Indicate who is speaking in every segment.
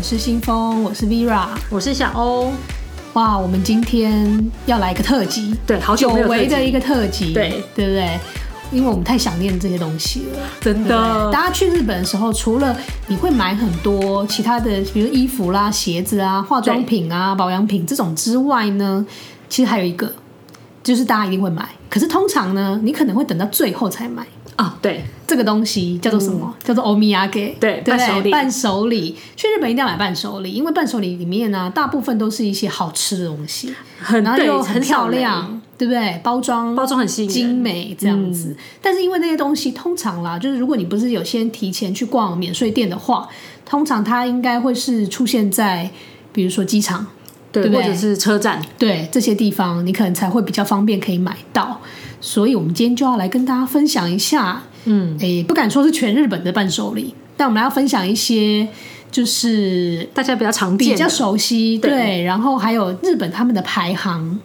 Speaker 1: 是新风，我是 Vera。
Speaker 2: 我是小欧，
Speaker 1: 哇，我们今天要来一个特辑，
Speaker 2: 对好久
Speaker 1: 久
Speaker 2: 没有特
Speaker 1: 违
Speaker 2: 辑
Speaker 1: 的一个特辑，
Speaker 2: 对
Speaker 1: 对不对？因为我们太想念这些东西了。
Speaker 2: 真
Speaker 1: 对大家去日本的时候，除了你会买很多其他的，比如衣服啦、鞋子啊、化妆品啊、保养品这种之外呢，其实还有一个，就是大家一定会买。可是通常呢，你可能会等到最后才买。
Speaker 2: 啊，对
Speaker 1: 这个东西叫做什么？叫做欧米亚给，
Speaker 2: 对
Speaker 1: 对不对
Speaker 2: 伴手礼
Speaker 1: 伴手礼。去日本一定要买伴手礼，因为伴手礼里面呢、大部分都是一些好吃的东西，
Speaker 2: 很
Speaker 1: 然后
Speaker 2: 嗯对
Speaker 1: 又很
Speaker 2: 很
Speaker 1: 漂
Speaker 2: 少人
Speaker 1: 亮，对不对？包装
Speaker 2: 包装很吸引人
Speaker 1: 精美这样子。但是因为那些东西通常啦，就是如果你不是有先提前去逛免税店的话，通常它应该会是出现在比如说机场。
Speaker 2: 对，
Speaker 1: 对不
Speaker 2: 或
Speaker 1: 对
Speaker 2: 者是车站，
Speaker 1: 对这些地方，你可能才会比较方便可以买到，所以我们今天就要来跟大家分享一下
Speaker 2: 嗯，
Speaker 1: 诶，不敢说是全日本的伴手礼，但我们来要分享一些就是
Speaker 2: 大家比较常
Speaker 1: 比
Speaker 2: 见
Speaker 1: 较
Speaker 2: 的，
Speaker 1: 熟悉，
Speaker 2: 对
Speaker 1: 对，然后还有日本他们的排行，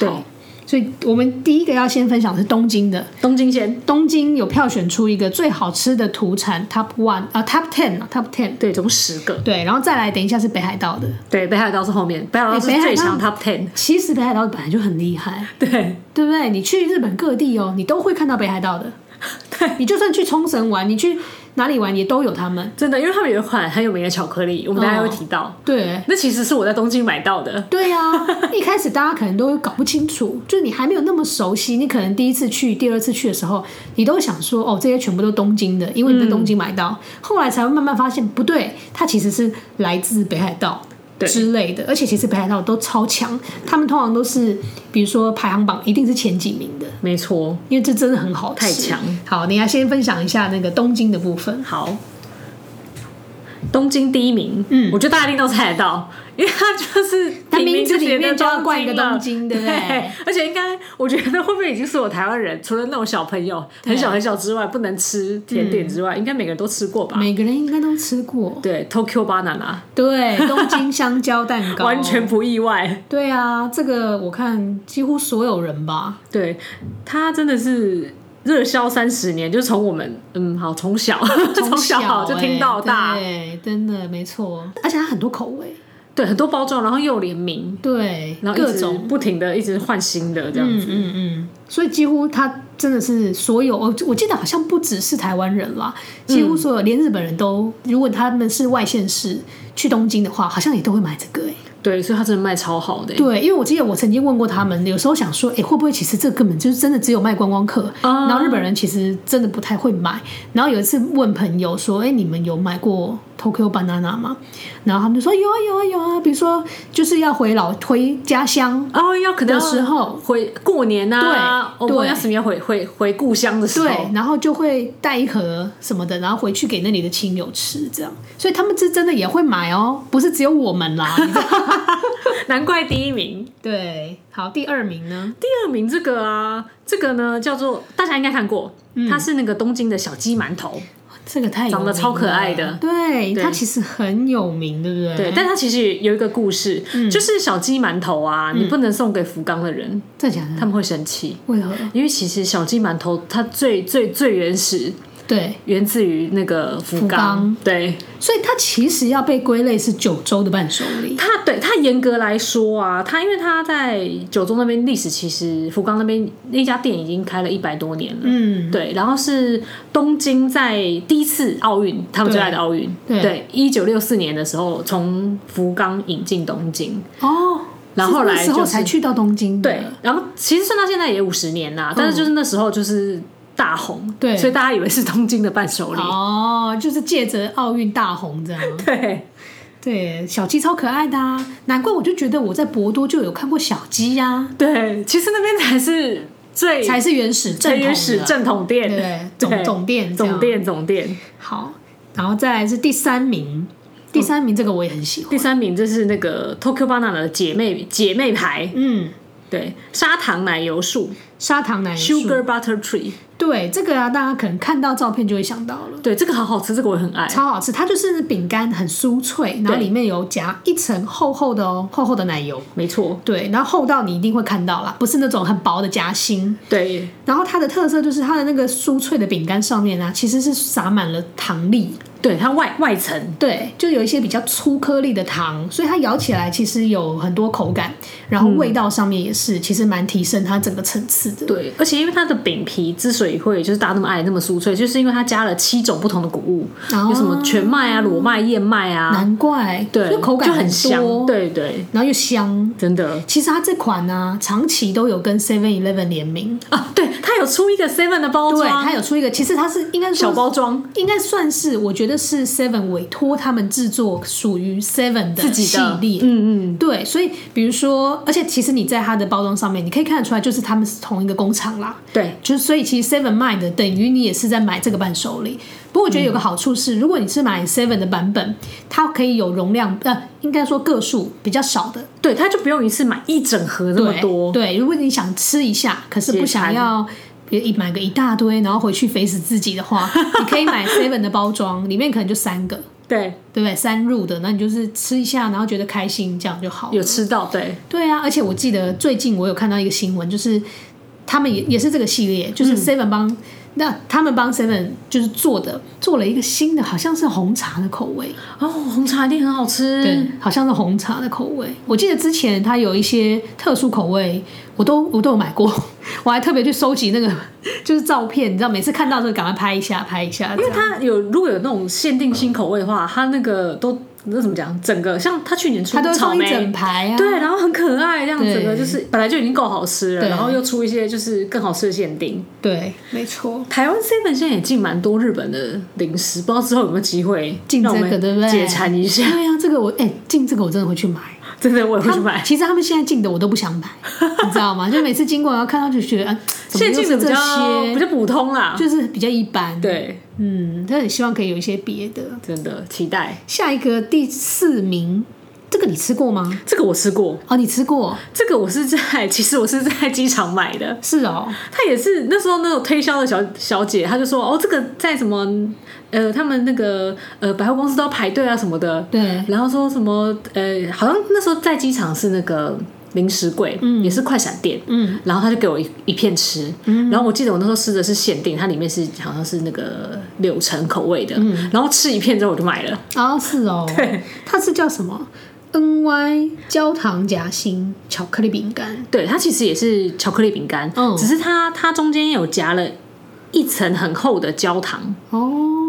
Speaker 2: 对
Speaker 1: 好，所以我们第一个要先分享的是东京的，
Speaker 2: 东京线，
Speaker 1: 东京有票选出一个最好吃的土产 Top One 啊 Top Ten 啊 Top Ten，
Speaker 2: 对，总共十个，
Speaker 1: 对，然后再来等一下是北海道的，
Speaker 2: 对，北海道是后面，北海道
Speaker 1: 哎
Speaker 2: 是
Speaker 1: 北海
Speaker 2: 最
Speaker 1: 道
Speaker 2: 强 Top Ten，
Speaker 1: 其实北海道本来就很厉害，
Speaker 2: 对
Speaker 1: 对不对？你去日本各地哦，你都会看到北海道的，
Speaker 2: 对，
Speaker 1: 你就算去冲绳玩，你去哪里玩也都有他们，
Speaker 2: 真的，因为他们有一款很有名的巧克力，我们大家
Speaker 1: 哦
Speaker 2: 会提到，
Speaker 1: 对，
Speaker 2: 那其实是我在东京买到的，
Speaker 1: 对啊呀、 一开始大家可能都搞不清楚，就是你还没有那么熟悉，你可能第一次去、第二次去的时候，你都想说哦，这些全部都东京的，因为你在东京买到，
Speaker 2: 嗯
Speaker 1: 后来才会慢慢发现不对，它其实是来自北海道。
Speaker 2: 对
Speaker 1: 之类的，而且其实北海道都超强，他们通常都是，比如说排行榜一定是前几名的，
Speaker 2: 没错，
Speaker 1: 因为这真的很好吃。
Speaker 2: 太强！
Speaker 1: 好，你来先分享一下那个东京的部分。
Speaker 2: 好。东京第一名，
Speaker 1: 嗯
Speaker 2: 我觉得大家一定都猜得到， 因为它就是
Speaker 1: 它
Speaker 2: 平
Speaker 1: 名字
Speaker 2: 就写
Speaker 1: 里面
Speaker 2: 着
Speaker 1: 就要冠一个
Speaker 2: 了
Speaker 1: 东京对不对
Speaker 2: 啊而且应该，我觉得会不会已经是我台湾人，除了那种小朋友
Speaker 1: 对啊嗯
Speaker 2: 很小很小之外，不能吃甜点之外，应该每个人都吃过吧？
Speaker 1: 每个人应该都吃过，
Speaker 2: 对，Tokyo Banana
Speaker 1: 对，东京香蕉蛋糕，
Speaker 2: 完全不意外。
Speaker 1: 对啊，这个我看几乎所有人吧，
Speaker 2: 对，它真的是热销三十年，就是从我们嗯，好从小 从
Speaker 1: 小、欸、
Speaker 2: 就听到大，
Speaker 1: 对，真的没错。而且它很多口味，
Speaker 2: 对，很多包装，然后又联名，
Speaker 1: 对，
Speaker 2: 然后
Speaker 1: 各
Speaker 2: 一直
Speaker 1: 种，
Speaker 2: 不停的一直换新的这样
Speaker 1: 嗯
Speaker 2: 子。
Speaker 1: 嗯嗯，所以几乎它真的是所有，我我记得好像不只是台湾人啦，
Speaker 2: 嗯
Speaker 1: 几乎所有、连日本人都，如果他们是外县市去东京的话，好像也都会买这个、欸。
Speaker 2: 对，所以它真的卖超好的、欸。
Speaker 1: 对，因为我记得我曾经问过他们，有时候想说，哎、会不会其实这根本就是真的只有卖观光客？
Speaker 2: 啊
Speaker 1: 然后日本人其实真的不太会买。然后有一次问朋友说，哎、你们有买过 Tokyo Banana 吗？然后他们就说有啊有啊有啊，比如说就是要回老回家乡
Speaker 2: 哦，要可能
Speaker 1: 的时候
Speaker 2: 回过年啊，
Speaker 1: 对
Speaker 2: 我们
Speaker 1: 对
Speaker 2: 要什么要回回回故乡的时候，
Speaker 1: 对，然后就会带一盒什么的，然后回去给那里的亲友吃，这样。所以他们是真的也会买哦，不是只有我们啦。你知道
Speaker 2: 难怪第一名。
Speaker 1: 对，好，第二名呢？
Speaker 2: 第二名这个啊，这个呢叫做大家应该看过，
Speaker 1: 嗯
Speaker 2: 它是那个东京的小鸡馒头，
Speaker 1: 这个太有
Speaker 2: 长得
Speaker 1: 名
Speaker 2: 超可
Speaker 1: 了
Speaker 2: 爱的
Speaker 1: 对，
Speaker 2: 对
Speaker 1: 它其实很有名，对不对？
Speaker 2: 对，但它其实有一个故事，
Speaker 1: 嗯
Speaker 2: 就是小鸡馒头啊，你不能送给福冈的人，
Speaker 1: 真的假
Speaker 2: 他
Speaker 1: 的？
Speaker 2: 们会生气，
Speaker 1: 为何？
Speaker 2: 因为其实小鸡馒头它最最最原始
Speaker 1: 对，
Speaker 2: 源自于那个福
Speaker 1: 福冈
Speaker 2: 冈，对，
Speaker 1: 所以它其实要被归类是九州的伴手礼。
Speaker 2: 它对它严格来说啊，它因为它在九州那边历史，其实福冈那边那家店已经开了一百多年了。
Speaker 1: 嗯，
Speaker 2: 对，然后是东京在第一次奥运，他们最爱的奥运，
Speaker 1: 对
Speaker 2: 对，一九六四年的时候从福冈引进东京，
Speaker 1: 哦，
Speaker 2: 然后后来
Speaker 1: 是那时候
Speaker 2: 就是
Speaker 1: 才去到东京的
Speaker 2: 对，然后其实算到现在也五十年啦，但是就是那时候就是大红，
Speaker 1: 嗯对
Speaker 2: 所以大家以为是东京的伴手礼，
Speaker 1: 哦，就是借着奥运大红这样。
Speaker 2: 对，
Speaker 1: 对，小鸡超可爱的啊，难怪我就觉得我在博多就有看过小鸡呀、
Speaker 2: 对，其实那边才是最
Speaker 1: 才是原始正
Speaker 2: 最
Speaker 1: 统的
Speaker 2: 原始正统 店，
Speaker 1: 对总总店这样
Speaker 2: 总店总店。
Speaker 1: 好，然后再来是第三名，第三名这个我也很喜欢。
Speaker 2: 第三名就是那个 Tokyo Banana 的姐妹姐妹牌，
Speaker 1: 嗯，
Speaker 2: 对，砂糖奶油树
Speaker 1: 砂糖奶油树
Speaker 2: Sugar Butter Tree，
Speaker 1: 对这个啊，大家可能看到照片就会想到了。
Speaker 2: 对，这个好好吃，这个我也很爱。
Speaker 1: 超好吃，它就是饼干很酥脆，然后
Speaker 2: 对
Speaker 1: 里面有夹一层厚厚的哦，厚厚的奶油，
Speaker 2: 没错，
Speaker 1: 对，然后厚到你一定会看到啦，不是那种很薄的夹心。
Speaker 2: 对
Speaker 1: 然后它的特色就是它的那个酥脆的饼干上面啊，其实是撒满了糖粒，
Speaker 2: 对它外外层，
Speaker 1: 对，就有一些比较粗颗粒的糖，所以它咬起来其实有很多口感，然后味道上面也是，其实蛮提升它整个层次的。
Speaker 2: 对，而且因为它的饼皮之所以会就是大家那么爱那么酥脆，就是因为它加了七种不同的谷物，
Speaker 1: 哦
Speaker 2: 有什么全麦啊、裸麦、燕麦啊，
Speaker 1: 难怪，
Speaker 2: 对，
Speaker 1: 就口感
Speaker 2: 就很香，
Speaker 1: 多，，
Speaker 2: 对对，
Speaker 1: 然后又香。
Speaker 2: 真的
Speaker 1: 其实它这款呢、长期都有跟 Seven Eleven 联名，
Speaker 2: 啊，对，它有出一个 Seven 的包
Speaker 1: 对，
Speaker 2: 装，
Speaker 1: 它有出一个，其实它是应该
Speaker 2: 小
Speaker 1: 说
Speaker 2: 包装，
Speaker 1: 应该算是，我觉得是 Seven 委托他们制作属于 Seven
Speaker 2: 自己
Speaker 1: 系
Speaker 2: 的
Speaker 1: 列。
Speaker 2: 嗯嗯，
Speaker 1: 对，所以比如说，而且其实你在它的包装上面，你可以看得出来，就是他们是同一个工厂啦。
Speaker 2: 对，
Speaker 1: 就是所以其实 Seven 卖的等于你也是在买这个伴手礼。不过
Speaker 2: 嗯
Speaker 1: 我觉得有个好处是，如果你是买 Seven 的版本，它可以有容量，呃，应该说个数比较少的，
Speaker 2: 对，它就不用一次买一整盒那么
Speaker 1: 对
Speaker 2: 多，
Speaker 1: 对，如果你想吃一下，可是不想要。也一买个一大堆，然后回去肥死自己的 话，你可以买 Seven 的包装，里面可能就三个，
Speaker 2: 对，
Speaker 1: 对不对？三入的，那你就是吃一下，然后觉得开心，这样就好了。
Speaker 2: 有吃到，对，
Speaker 1: 对啊，而且我记得最近我有看到一个新闻，就是他们也也是这个系列，
Speaker 2: 嗯
Speaker 1: 就是 Seven 帮、那他们帮 Seven 就是做的做了一个新的，好像是红茶的口味，
Speaker 2: 哦，红茶一定很好吃，
Speaker 1: 对，好像是红茶的口味。我记得之前它有一些特殊口味，我都我都有买过， 我还特别去收集那个 就是照片，你知道，每次看到就赶快拍一下拍一下，
Speaker 2: 因
Speaker 1: 这
Speaker 2: 为
Speaker 1: 样
Speaker 2: 它有如果有那种限定新口味的话，它那个都那怎么讲？整个像它去年出
Speaker 1: 它都会
Speaker 2: 草
Speaker 1: 放一
Speaker 2: 莓
Speaker 1: 整，排啊，
Speaker 2: 对，然后很可爱，这样
Speaker 1: 对
Speaker 2: 整个就是本来就已经够好吃了，
Speaker 1: 对
Speaker 2: 然后又出一些就是更好吃的限定。
Speaker 1: 对，没错。
Speaker 2: 台湾 seven 现在也进蛮多日本的零食，不知道之后有没有机会
Speaker 1: 进
Speaker 2: 让我
Speaker 1: 这个
Speaker 2: 们
Speaker 1: 对不对？
Speaker 2: 解馋一下。
Speaker 1: 对啊，这个我哎进、这个我真的会去买。
Speaker 2: 真的，我也会
Speaker 1: 他
Speaker 2: 去
Speaker 1: 们
Speaker 2: 买。
Speaker 1: 其实他们现在进的我都不想 买，你知道吗？就每次经过然后看到就觉得，啊、 怎么
Speaker 2: 现
Speaker 1: 又
Speaker 2: 在
Speaker 1: 是
Speaker 2: 进的比
Speaker 1: 这
Speaker 2: 较比
Speaker 1: 些
Speaker 2: 较普通啦，
Speaker 1: 就是比较一般。，
Speaker 2: 对，
Speaker 1: 嗯，但很希望可以有一些别的。
Speaker 2: 真的期待。
Speaker 1: 下一个第四名，这个你吃过吗？
Speaker 2: 这个我吃过，
Speaker 1: 哦，你吃过？
Speaker 2: 这个我是在 其实我是在机场买的，
Speaker 1: 是哦，
Speaker 2: 他也是那时候那种推销的小小姐，她就说哦，这个在什么呃，他们那个呃百货公司都要排队啊什么的，
Speaker 1: 对，
Speaker 2: 然后说什么呃，好像那时候在机场是那个零食柜，嗯，也是快闪店，
Speaker 1: 嗯，
Speaker 2: 然后他就给我一一片吃，然后我记得我那时候吃的是限定，它里面是好像是那个柳橙口味的，嗯，然后吃一片之后我就买了，
Speaker 1: 哦，是哦，
Speaker 2: 对
Speaker 1: 它是叫什么？N Y 焦糖夹心巧克力饼干，
Speaker 2: 对，它其实也是巧克力饼干，
Speaker 1: 嗯
Speaker 2: 只是它它中间有夹了一层很厚的焦糖，
Speaker 1: 哦，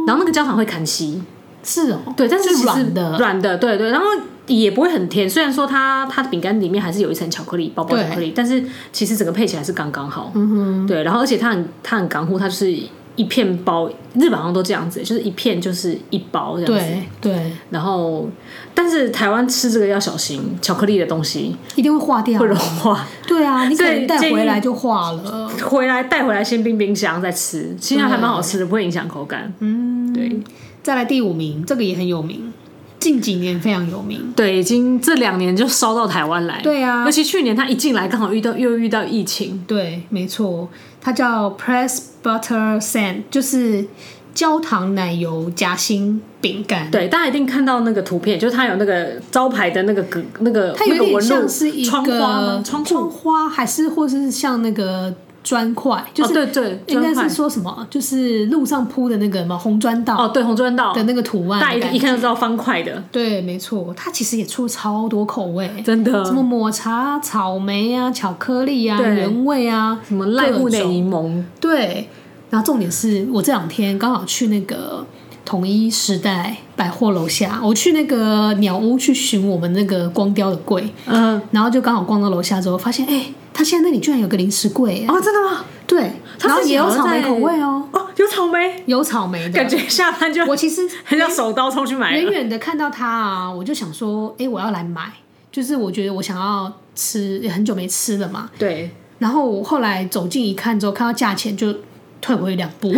Speaker 2: 然后那个焦糖会砍稀，
Speaker 1: 是哦，
Speaker 2: 对，但是
Speaker 1: 就
Speaker 2: 其实
Speaker 1: 软的，
Speaker 2: 软的，对对，然后也不会很甜。虽然说它它的饼干里面还是有一层巧克力，包包
Speaker 1: 对
Speaker 2: 巧克力，但是其实整个配起来是刚刚好。
Speaker 1: 嗯哼，
Speaker 2: 对，然后而且它很它很港货，它就是一片包，日本好像都这样子，就是一片就是一包这样子。
Speaker 1: 对对，
Speaker 2: 然后，但是台湾吃这个要小心，巧克力的东西
Speaker 1: 一定会化掉
Speaker 2: 会，融化，
Speaker 1: 对 啊，你可
Speaker 2: 所以
Speaker 1: 能带
Speaker 2: 建议
Speaker 1: 回来就化了。
Speaker 2: 回来带回来先冰冰箱再吃，其实还蛮好
Speaker 1: 对
Speaker 2: 吃的，不会影响口感。嗯，对。
Speaker 1: 再来第五名，这个也很有名，近几年非常有名。
Speaker 2: 对，已经这两年就烧到台湾来。
Speaker 1: 对啊
Speaker 2: 尤其去年他一进来刚好遇到又遇到疫情，
Speaker 1: 对，没错，它叫 Press Butter Sand，就是焦糖奶油夹心饼干。，
Speaker 2: 对，大家一定看到那个图片，就是他有那个招牌的那个格那个
Speaker 1: 它有
Speaker 2: 那个
Speaker 1: 点
Speaker 2: 纹路
Speaker 1: 像是一
Speaker 2: 窗花吗
Speaker 1: 个？
Speaker 2: 窗户
Speaker 1: 窗花，还是或是像那个砖块，就
Speaker 2: 哦，
Speaker 1: 是
Speaker 2: 对对，
Speaker 1: 应该
Speaker 2: 砖块
Speaker 1: 是说什么，就是路上铺的那个嘛红砖道
Speaker 2: 哦，对红砖道
Speaker 1: 的，那个图案
Speaker 2: 大
Speaker 1: 的
Speaker 2: 家
Speaker 1: 感
Speaker 2: 一
Speaker 1: 觉。
Speaker 2: 看就知道方块的，
Speaker 1: 对，没错，它其实也出了超多口味，
Speaker 2: 真的
Speaker 1: 什么抹茶、草莓啊、巧克力啊、
Speaker 2: 对
Speaker 1: 原味啊，
Speaker 2: 什么赖布内柠檬，
Speaker 1: 对，然后重点是我这两天刚好去那个统一时代百货楼下，我去那个鸟屋去寻我们那个光雕的柜，
Speaker 2: 嗯，
Speaker 1: 然后就刚好逛到楼下之后，发现哎、他现在那里居然有个零食柜、哎
Speaker 2: 哦，真的吗？
Speaker 1: 对，
Speaker 2: 它
Speaker 1: 然后
Speaker 2: 自己
Speaker 1: 也有
Speaker 2: 好像
Speaker 1: 草莓
Speaker 2: 在
Speaker 1: 口味哦，
Speaker 2: 哦，有草莓，
Speaker 1: 有草莓的
Speaker 2: 感。觉下班就
Speaker 1: 我其实
Speaker 2: 很想手刀冲去买
Speaker 1: 远
Speaker 2: 了，
Speaker 1: 远的看到它啊，我就想说，哎、我要来买，就是我觉得我想要吃，也很久没吃了嘛。
Speaker 2: 对，
Speaker 1: 然后我后来走近一看之后，看到价钱就退回两 步。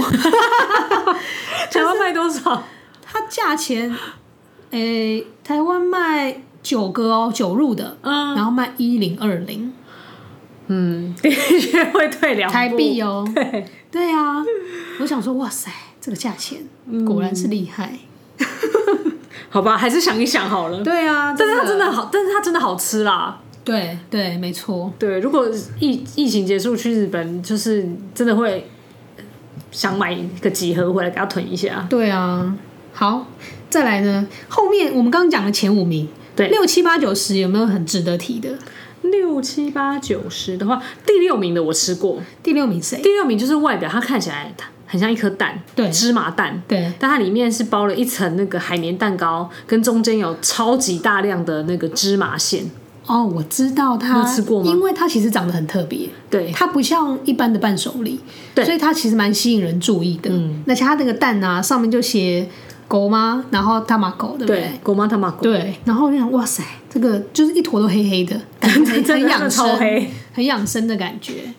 Speaker 2: 台湾卖 多少？
Speaker 1: 它价钱，诶、台湾卖九个哦，九入的，
Speaker 2: 嗯
Speaker 1: 然后卖一零二零
Speaker 2: 嗯，的确会退两步
Speaker 1: 台币哦。
Speaker 2: 对。
Speaker 1: 对啊，我想说，哇塞，这个价钱
Speaker 2: 嗯
Speaker 1: 果然是厉害。
Speaker 2: 好吧，还是想一想好了。
Speaker 1: 对啊，
Speaker 2: 但是它
Speaker 1: 这
Speaker 2: 嗯真
Speaker 1: 个
Speaker 2: 的好，但是它真的好吃啦。
Speaker 1: 对对，没错。
Speaker 2: 对，如果疫疫情结束去日本，就是真的会想买个几盒回来给它囤一下。
Speaker 1: 对啊，好，再来呢，后面我们刚刚讲的前五名，
Speaker 2: 对
Speaker 1: 六七八九十有没有很值得提的？
Speaker 2: 六七八九十的话，第六名的我吃过。
Speaker 1: 第六名谁？
Speaker 2: 第六名就是外表，它看起来很像一颗蛋，
Speaker 1: 对
Speaker 2: 芝麻蛋，
Speaker 1: 对，
Speaker 2: 但它里面是包了一层那个海绵蛋糕，跟中间有超级大量的那个芝麻馅。
Speaker 1: 哦，我知道它，
Speaker 2: 你有吃过吗
Speaker 1: 因为它其实长得很特别，
Speaker 2: 对，
Speaker 1: 它不像一般的伴手礼，
Speaker 2: 对
Speaker 1: 所以它其实蛮吸引人注意的。嗯，而且它那个蛋啊，上面就写“狗妈”，然后“大马狗”，对不
Speaker 2: 对，狗妈他妈狗，
Speaker 1: 对，然后我就想，哇塞，这个就是一坨都黑黑的， 感觉很很
Speaker 2: 真的真的
Speaker 1: 养
Speaker 2: 超
Speaker 1: 生，
Speaker 2: 黑。
Speaker 1: 很养生的感觉。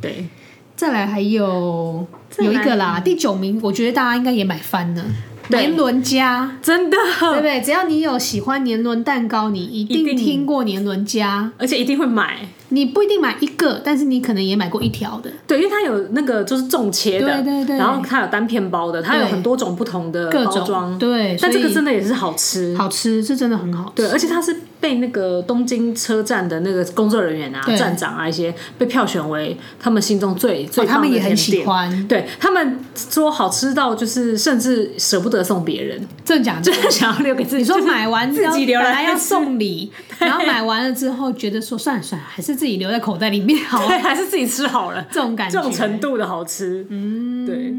Speaker 2: 对，
Speaker 1: 再来还有
Speaker 2: 再来嗯
Speaker 1: 有一个啦，第九名，我觉得大家应该也买翻了，
Speaker 2: 对
Speaker 1: 年轮家，
Speaker 2: 真的，
Speaker 1: 对不对？只要你有喜欢年轮蛋糕，你一
Speaker 2: 一
Speaker 1: 定
Speaker 2: 定
Speaker 1: 听过年轮家。
Speaker 2: 而且一定会买。
Speaker 1: 你不一定买一个，但是你可能也买过一条的，
Speaker 2: 对，因为它有那个就是重切的，
Speaker 1: 对对对
Speaker 2: 然后它有单片包的，它有
Speaker 1: 对
Speaker 2: 很多种不同的
Speaker 1: 各
Speaker 2: 呃包
Speaker 1: 种
Speaker 2: 装，
Speaker 1: 对，
Speaker 2: 但这个
Speaker 1: 所以
Speaker 2: 真的也是好吃。
Speaker 1: 好吃，是真的很好吃。
Speaker 2: 对，而且它是被那个东京车站的那个工作人员啊、
Speaker 1: 对
Speaker 2: 站长啊一些被票选为他们心中最最
Speaker 1: 哦他
Speaker 2: 棒
Speaker 1: 们
Speaker 2: 的
Speaker 1: 也很
Speaker 2: 甜
Speaker 1: 喜
Speaker 2: 点。
Speaker 1: 欢，
Speaker 2: 对他们说好吃到就是甚至舍不得送别人，
Speaker 1: 真的假的
Speaker 2: 就？是想要留给自己。
Speaker 1: 你说
Speaker 2: 就是
Speaker 1: 买完
Speaker 2: 自己留
Speaker 1: 本来
Speaker 2: 来
Speaker 1: 要
Speaker 2: 吃，
Speaker 1: 送礼，然后买完了之后觉得说算了算了，还是自己留在口袋里面好，
Speaker 2: 对，还是自己吃好了，
Speaker 1: 这种哦感觉。
Speaker 2: 这种程度的好吃。嗯，对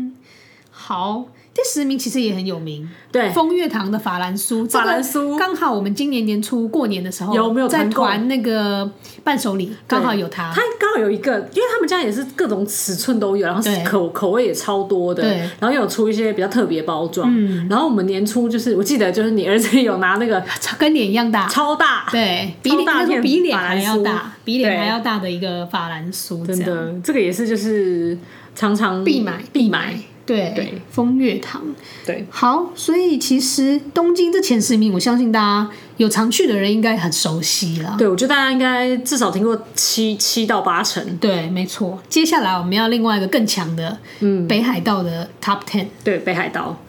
Speaker 1: 好，第十名其实也很有名，
Speaker 2: 对，
Speaker 1: 风月堂的法兰酥。
Speaker 2: 法兰酥
Speaker 1: 这个刚好我们今年年初过年的时候
Speaker 2: 有没有
Speaker 1: 在
Speaker 2: 团购
Speaker 1: 团那个伴手礼，刚好有它
Speaker 2: 它。刚好有一个，因为他们家也是各种尺寸都有，然后
Speaker 1: 对
Speaker 2: 口口味也超多的
Speaker 1: 对，嗯
Speaker 2: 然后又有出一些比较特别包装。然后我们年初就是我记得就是你儿子有拿 那个
Speaker 1: 跟脸一样大，
Speaker 2: 超大，
Speaker 1: 对比脸，
Speaker 2: 超大
Speaker 1: 那个
Speaker 2: 片
Speaker 1: 比脸
Speaker 2: 法
Speaker 1: 还
Speaker 2: 兰酥
Speaker 1: 要大，比脸
Speaker 2: 对
Speaker 1: 还要大的一个法兰酥，
Speaker 2: 真
Speaker 1: 这样
Speaker 2: 的，这个也是就是常常
Speaker 1: 必买
Speaker 2: 必买。
Speaker 1: 对
Speaker 2: 对
Speaker 1: 风月堂。
Speaker 2: 对，
Speaker 1: 好，所以其实东京这前十名，我相信大家有常去的人应该很熟悉了。
Speaker 2: 对我觉得大家应该至少听过七七到八成。
Speaker 1: 对，没错。接下来我们要另外一个更强的，嗯，北海道的 Top Ten，
Speaker 2: 对，北海道，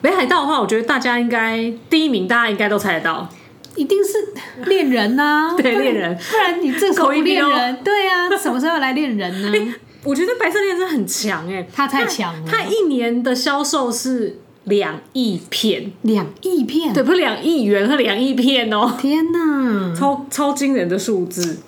Speaker 2: 北海道的话，我觉得大家应该第一名，大家应该都猜得到。
Speaker 1: 一定是恋人呐、
Speaker 2: 对
Speaker 1: 不然
Speaker 2: 恋人
Speaker 1: 不然你这时候不
Speaker 2: 口译
Speaker 1: 恋
Speaker 2: 必
Speaker 1: 人，对啊，什么时候来恋人 呢？
Speaker 2: 我觉得白色恋真的很强哎、
Speaker 1: 它太强了
Speaker 2: 它它一年的销售是两亿片，
Speaker 1: 两亿片，
Speaker 2: 对，，不是两亿元和两亿片哦，
Speaker 1: 天哪，
Speaker 2: 超超惊人的数字。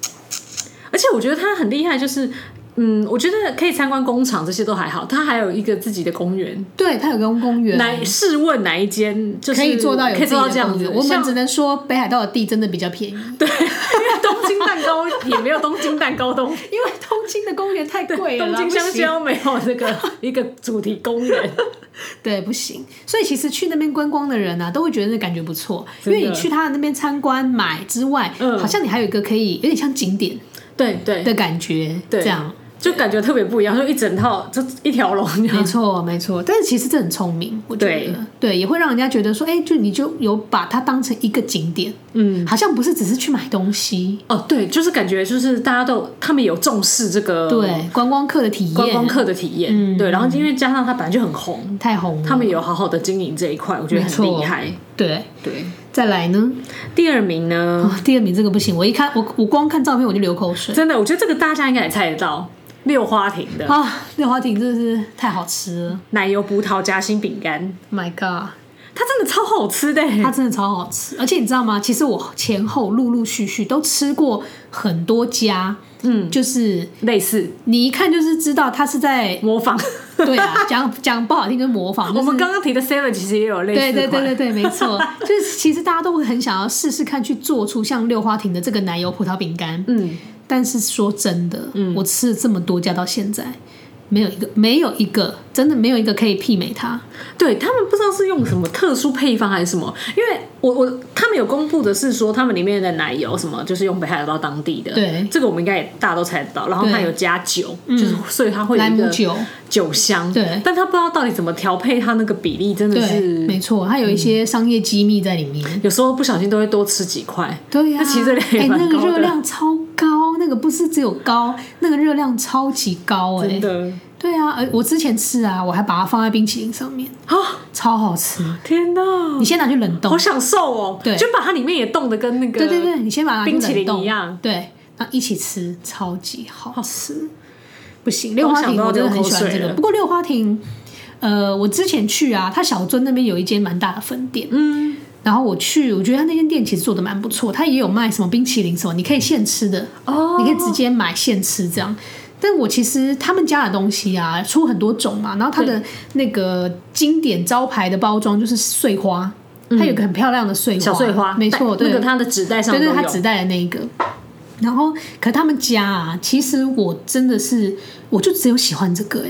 Speaker 2: 而且我觉得它很厉害，就是嗯，我觉得可以参观工厂，这些都还好，它还有一个自己的公园。
Speaker 1: 对，它有个公园，
Speaker 2: 来试问哪一间就是
Speaker 1: 可以做到有
Speaker 2: 可以做到
Speaker 1: 自
Speaker 2: 这
Speaker 1: 己的
Speaker 2: 样
Speaker 1: 公
Speaker 2: 子？
Speaker 1: 园我们
Speaker 2: 像
Speaker 1: 只能说北海道的地真的比较便宜，
Speaker 2: 对，因为 东京蛋糕也没有东京蛋糕东
Speaker 1: 因为东京的公园太 贵了
Speaker 2: 东
Speaker 1: 啦，
Speaker 2: 京
Speaker 1: 不
Speaker 2: 香
Speaker 1: 行
Speaker 2: 蕉没有那个 一个主题公园。
Speaker 1: 对，不行。所以其实去那边观光的人啊，都会觉得那感觉不错，因
Speaker 2: 真的
Speaker 1: 为你去他那边参观买之外，
Speaker 2: 嗯
Speaker 1: 好像你还有一个可以有点像景点
Speaker 2: 对对
Speaker 1: 的感觉，
Speaker 2: 对
Speaker 1: 这样。
Speaker 2: 就感觉特别不一样，就一整套，就一条龙这
Speaker 1: 没
Speaker 2: 样。
Speaker 1: 错，没错，但是其实这很聪明，我觉得
Speaker 2: 嗯对
Speaker 1: 对，也会让人家觉得说，哎、就你就有把它当成一个景点，
Speaker 2: 嗯，
Speaker 1: 好像不是只是去买东西，
Speaker 2: 哦，对，就是感觉就是大家都他们有重视这个
Speaker 1: 对，观光客的体验，
Speaker 2: 哦观光客的体验，
Speaker 1: 嗯
Speaker 2: 对，然后因为加上它本来就很红，
Speaker 1: 太红了，
Speaker 2: 他们有好好的经营这一块，我觉得
Speaker 1: 没错
Speaker 2: 很厉害。
Speaker 1: 对，
Speaker 2: 对，
Speaker 1: 再来呢，
Speaker 2: 第二名呢，
Speaker 1: 哦，第二名这个不行，我一看我我光看照片我就流口水
Speaker 2: 真的，我觉得这个大家应该也猜得到，六花亭的
Speaker 1: 啊，六花亭真的是太好吃了 Oh
Speaker 2: 奶油葡萄夹心饼干，
Speaker 1: ，My God。
Speaker 2: 它真的超好吃的，欸
Speaker 1: 它真的超好吃，而且你知道吗？其实我前后陆陆续续都吃过很多家，嗯，就是
Speaker 2: 类似
Speaker 1: 你一看就是知道它是在
Speaker 2: 模仿。
Speaker 1: 对啊， 讲讲不好听就是模仿，就是
Speaker 2: 我们刚刚提的 Seven 其实也有类似
Speaker 1: 对对对
Speaker 2: 款
Speaker 1: 对对，没 错，就是其实大家都会很想要试试看去做出像六花亭的这个奶油葡萄饼干，
Speaker 2: 嗯，
Speaker 1: 但是说真的，我吃了这么多家到现在，没有一个没有一个真的没有一个可以媲美它，
Speaker 2: 对他们不知道是用什么特殊配方还是什么，因为我我他们有公布的是说他们里面的奶油什么就是用北海道当地的，
Speaker 1: 对
Speaker 2: 这个我们应该也大家都猜得到。然后
Speaker 1: 对
Speaker 2: 它有加酒，就是所以它会有
Speaker 1: 莱
Speaker 2: 一
Speaker 1: 姆
Speaker 2: 个
Speaker 1: 酒，
Speaker 2: 酒香，
Speaker 1: 对
Speaker 2: 但他不知道到底怎么调配它那个比例，真的
Speaker 1: 对，
Speaker 2: 是
Speaker 1: 没错，它有一些商业机密在里面。
Speaker 2: 有时候不小心都会多吃几块。
Speaker 1: 对呀、
Speaker 2: 那其实热量也
Speaker 1: 哎
Speaker 2: 蛮
Speaker 1: 那个
Speaker 2: 高的
Speaker 1: 热量超高，那个不是只有高，那个热量超级高哎、
Speaker 2: 真的
Speaker 1: 对啊，而我之前吃啊，我还把它放在冰淇淋上面，
Speaker 2: 啊！
Speaker 1: 超好吃。
Speaker 2: 天哪
Speaker 1: 你，先拿去冷冻
Speaker 2: 好，享受哦！
Speaker 1: 对
Speaker 2: 就把它里面也冻得跟那个
Speaker 1: 对对对，你先把它拿去
Speaker 2: 冰淇
Speaker 1: 冷
Speaker 2: 淋
Speaker 1: 冻
Speaker 2: 一样，
Speaker 1: 对，然后一起吃，超级好吃。不行，六
Speaker 2: 我
Speaker 1: 花
Speaker 2: 想
Speaker 1: 亭
Speaker 2: 到
Speaker 1: 我真的
Speaker 2: 流
Speaker 1: 很
Speaker 2: 口
Speaker 1: 喜欢
Speaker 2: 水
Speaker 1: 这个，
Speaker 2: 了
Speaker 1: 不过六花亭。呃，我之前去啊，它小樽那边有一间蛮大的分店，
Speaker 2: 嗯，
Speaker 1: 然后我去，我觉得它那间店其实做的蛮不错，它也有卖什么冰淇淋什么，你可以现吃的，
Speaker 2: 哦
Speaker 1: 你可以直接买现吃这样。但我其实他们家的东西啊，出很多种嘛，然后它的那个经典招牌的包装就是碎花，它有个很漂亮的碎花，
Speaker 2: 嗯小碎花，
Speaker 1: 没错，
Speaker 2: 带
Speaker 1: 对，
Speaker 2: 那个它的纸袋上
Speaker 1: 对
Speaker 2: 都
Speaker 1: 对，
Speaker 2: 有，
Speaker 1: 他只带的那一个。然后，可他们家啊，其实我真的是，我就只有喜欢这个哎、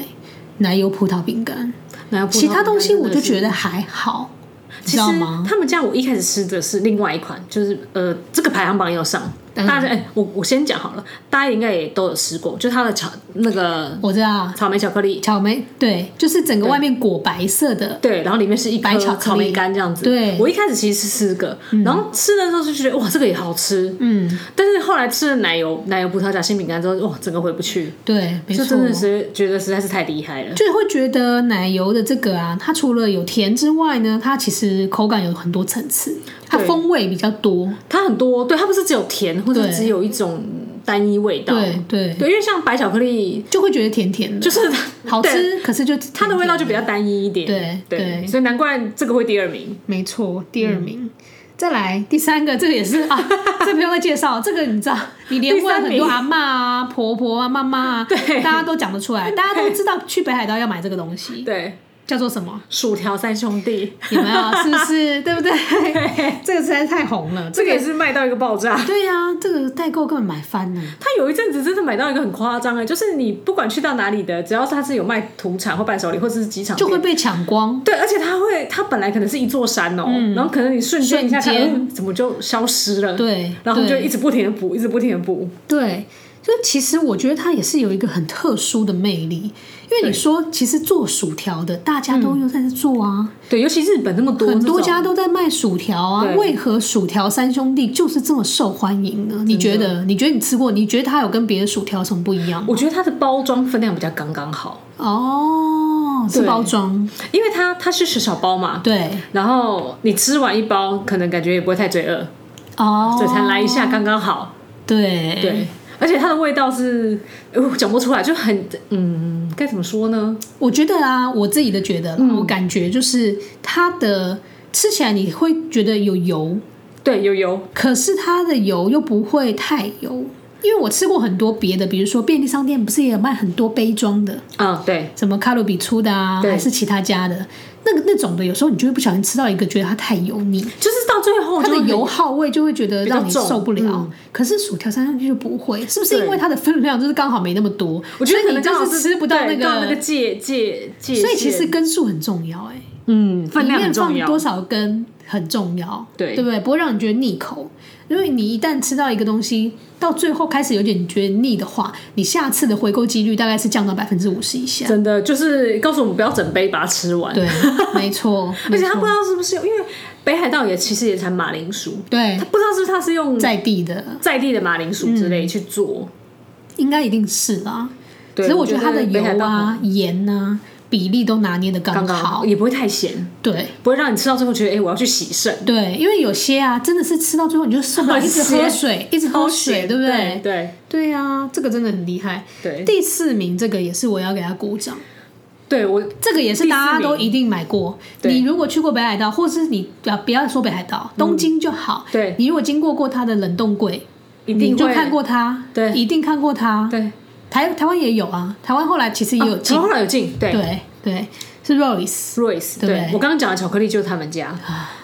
Speaker 1: 奶油葡萄饼干，
Speaker 2: 然后葡萄
Speaker 1: 其他东西我就
Speaker 2: 真的是
Speaker 1: 觉得还好，你
Speaker 2: 其
Speaker 1: 知
Speaker 2: 实
Speaker 1: 道吗？
Speaker 2: 他们家我一开始吃的是另外一款，就是呃，这个排行榜也有上，
Speaker 1: 嗯
Speaker 2: 大家哎、我我先讲好了，大家应该也都有吃过，就它的巧那个
Speaker 1: 我知道，
Speaker 2: 草莓巧克力，
Speaker 1: 草莓对，就是整个外面裹白色的，
Speaker 2: 对，然后里面是一颗
Speaker 1: 白巧克力
Speaker 2: 草莓干这样子。
Speaker 1: 对
Speaker 2: 我一开始其实是吃这个，然后吃的时候就觉得哇，这个也好吃，
Speaker 1: 嗯，
Speaker 2: 但是后来吃了奶油奶油葡萄夹心饼干之后，哇，整个回不去，
Speaker 1: 对，没
Speaker 2: 就
Speaker 1: 错
Speaker 2: 真。的是觉得实在是太厉害了。
Speaker 1: 就是会觉得奶油的这个啊，它除了有甜之外呢，它其实口感有很多层次，它
Speaker 2: 对
Speaker 1: 风味比较多。
Speaker 2: 它很多，对，它不是只有甜，或者
Speaker 1: 对
Speaker 2: 只有一种单一味道。
Speaker 1: 对对，
Speaker 2: 对，因为像白巧克力
Speaker 1: 就会觉得甜甜的，
Speaker 2: 就是
Speaker 1: 好
Speaker 2: 对
Speaker 1: 吃，可是就甜
Speaker 2: 它的味道
Speaker 1: 甜
Speaker 2: 就比较单一一点。
Speaker 1: 对对
Speaker 2: 所以难怪这个会第二名。
Speaker 1: 没错，第二名。嗯再来第三个，这个也是 啊，这不用再介绍。这个你知道，你连问很
Speaker 2: 第
Speaker 1: 多
Speaker 2: 三名
Speaker 1: 阿嬷啊、婆婆啊、妈妈啊，
Speaker 2: 对
Speaker 1: 大家都讲得出来，大家都知道去北海道要买这个东西，
Speaker 2: 对，
Speaker 1: 叫做什么？
Speaker 2: 薯条三兄弟，
Speaker 1: 有没有？是不是？对不对？这个实在太红了，
Speaker 2: 这
Speaker 1: 这
Speaker 2: 个也
Speaker 1: 个
Speaker 2: 是卖到一个爆炸。
Speaker 1: 对呀、这个代购根本买翻了。
Speaker 2: 他有一阵子真的买到一个很夸张哎，就是你不管去到哪里的，只要是他是有卖土产或伴手礼或者是机场
Speaker 1: 就
Speaker 2: 店，
Speaker 1: 会被抢光，
Speaker 2: 对，而且他会，他本来可能是一座山哦、然后可能你瞬间一下看，
Speaker 1: 瞬间
Speaker 2: 嗯怎么就消失了？，
Speaker 1: 对，
Speaker 2: 然后就
Speaker 1: 对
Speaker 2: 一直不停的补，一直不停的补，
Speaker 1: 对，所以其实我觉得它也是有一个很特殊的魅力，因为你说其实做薯条的大家都又在这做啊，
Speaker 2: 对，尤其日本那么嗯多
Speaker 1: 很多
Speaker 2: 这种
Speaker 1: 家都在卖薯条啊，
Speaker 2: 对
Speaker 1: 为何薯条三兄弟就是这么受欢迎呢？你觉得？你觉得你吃过？你觉得它有跟别的薯条有什么不一样吗？
Speaker 2: 我觉得它的包装分量比较刚刚好，
Speaker 1: 哦，是
Speaker 2: 对
Speaker 1: 包装，
Speaker 2: 因为它它是小小包嘛，
Speaker 1: 对，
Speaker 2: 然后你吃完一包，可能感觉也不会太罪恶，
Speaker 1: 哦，哎
Speaker 2: 嘴馋来一下刚刚好。
Speaker 1: 对
Speaker 2: 对，而且它的味道是，呃我讲不出来，就很嗯，该怎么说呢？
Speaker 1: 我觉得啊，我自己的觉得啦，
Speaker 2: 嗯
Speaker 1: 我感觉就是它的吃起来你会觉得有油，
Speaker 2: 对，有油，
Speaker 1: 可是它的油又不会太油，因为我吃过很多别的，比如说便利商店不是也有卖很多杯装的，
Speaker 2: 嗯，对，
Speaker 1: 什么卡路比出的啊，
Speaker 2: 对
Speaker 1: 还是其他家的，那个那种的，有时候你就会不小心吃到一个，觉得它太油腻，
Speaker 2: 就是到最后
Speaker 1: 它
Speaker 2: 就
Speaker 1: 的
Speaker 2: 会
Speaker 1: 油耗味就会觉得让你
Speaker 2: 比较重
Speaker 1: 受不了
Speaker 2: 嗯。
Speaker 1: 可是薯条三上去就不会，是不是因为
Speaker 2: 对
Speaker 1: 它的分量就是刚好没那么多？
Speaker 2: 很，我觉得
Speaker 1: 所
Speaker 2: 可
Speaker 1: 以你
Speaker 2: 能刚
Speaker 1: 就
Speaker 2: 好
Speaker 1: 是吃不到
Speaker 2: 对
Speaker 1: 那
Speaker 2: 到那个
Speaker 1: 个，
Speaker 2: 界界界限，
Speaker 1: 所以其实根数很重要，哎，
Speaker 2: 嗯，分量
Speaker 1: 里
Speaker 2: 很
Speaker 1: 面
Speaker 2: 重
Speaker 1: 放
Speaker 2: 要
Speaker 1: 多，少根很重要，
Speaker 2: 对
Speaker 1: 对不对？不会让你觉得腻口。因为你一旦吃到一个东西，到最后开始有点觉得腻的话，你下次的回购几率大概是降到百分之五十以下。
Speaker 2: 真的就是告诉我们不要整杯把它吃完，
Speaker 1: 对，没 错，
Speaker 2: 而
Speaker 1: 没
Speaker 2: 且
Speaker 1: 错
Speaker 2: 他不知道是不是因为北海道也其实也产马铃薯，
Speaker 1: 对
Speaker 2: 他，不知道是不是他是用
Speaker 1: 在嗯地的
Speaker 2: 在地的马铃薯之类去做，
Speaker 1: 应该一定是啦。
Speaker 2: 对
Speaker 1: 只是我
Speaker 2: 我
Speaker 1: 觉
Speaker 2: 觉
Speaker 1: 得
Speaker 2: 得
Speaker 1: 它的
Speaker 2: 北海
Speaker 1: 油
Speaker 2: 道
Speaker 1: 啊、盐啊比例都拿捏的
Speaker 2: 刚
Speaker 1: 刚
Speaker 2: 刚
Speaker 1: 好
Speaker 2: 好，。也不会太咸，
Speaker 1: 对
Speaker 2: 不会让你吃到最后觉得哎、我要去洗肾，
Speaker 1: 对，因为有些啊，真的是吃到最后你就受不了，
Speaker 2: 很
Speaker 1: 一直喝
Speaker 2: 咸
Speaker 1: 水，一直喝水，
Speaker 2: 咸
Speaker 1: 对不
Speaker 2: 对
Speaker 1: 对？
Speaker 2: 对
Speaker 1: 对啊，这个真的很厉害。
Speaker 2: 对
Speaker 1: 第四名这个也是我要给他鼓掌，
Speaker 2: 对，我
Speaker 1: 这个也是
Speaker 2: 第四
Speaker 1: 大家都
Speaker 2: 名
Speaker 1: 一定买过。
Speaker 2: 对嗯
Speaker 1: 你如果去过北海道，或是你啊，不要说北海道，东京就好。
Speaker 2: 对
Speaker 1: 你如果经过过它的冷冻柜，
Speaker 2: 一
Speaker 1: 你
Speaker 2: 定
Speaker 1: 就
Speaker 2: 会
Speaker 1: 看过它，
Speaker 2: 对
Speaker 1: 一定看过它。
Speaker 2: 对，
Speaker 1: 台台湾也有啊，台湾后来其实也有
Speaker 2: 啊
Speaker 1: 进，
Speaker 2: 从后来有进对。
Speaker 1: 对对，是 Royce
Speaker 2: Royce，
Speaker 1: 对不啊对
Speaker 2: 我刚刚讲的巧克力就是他们家，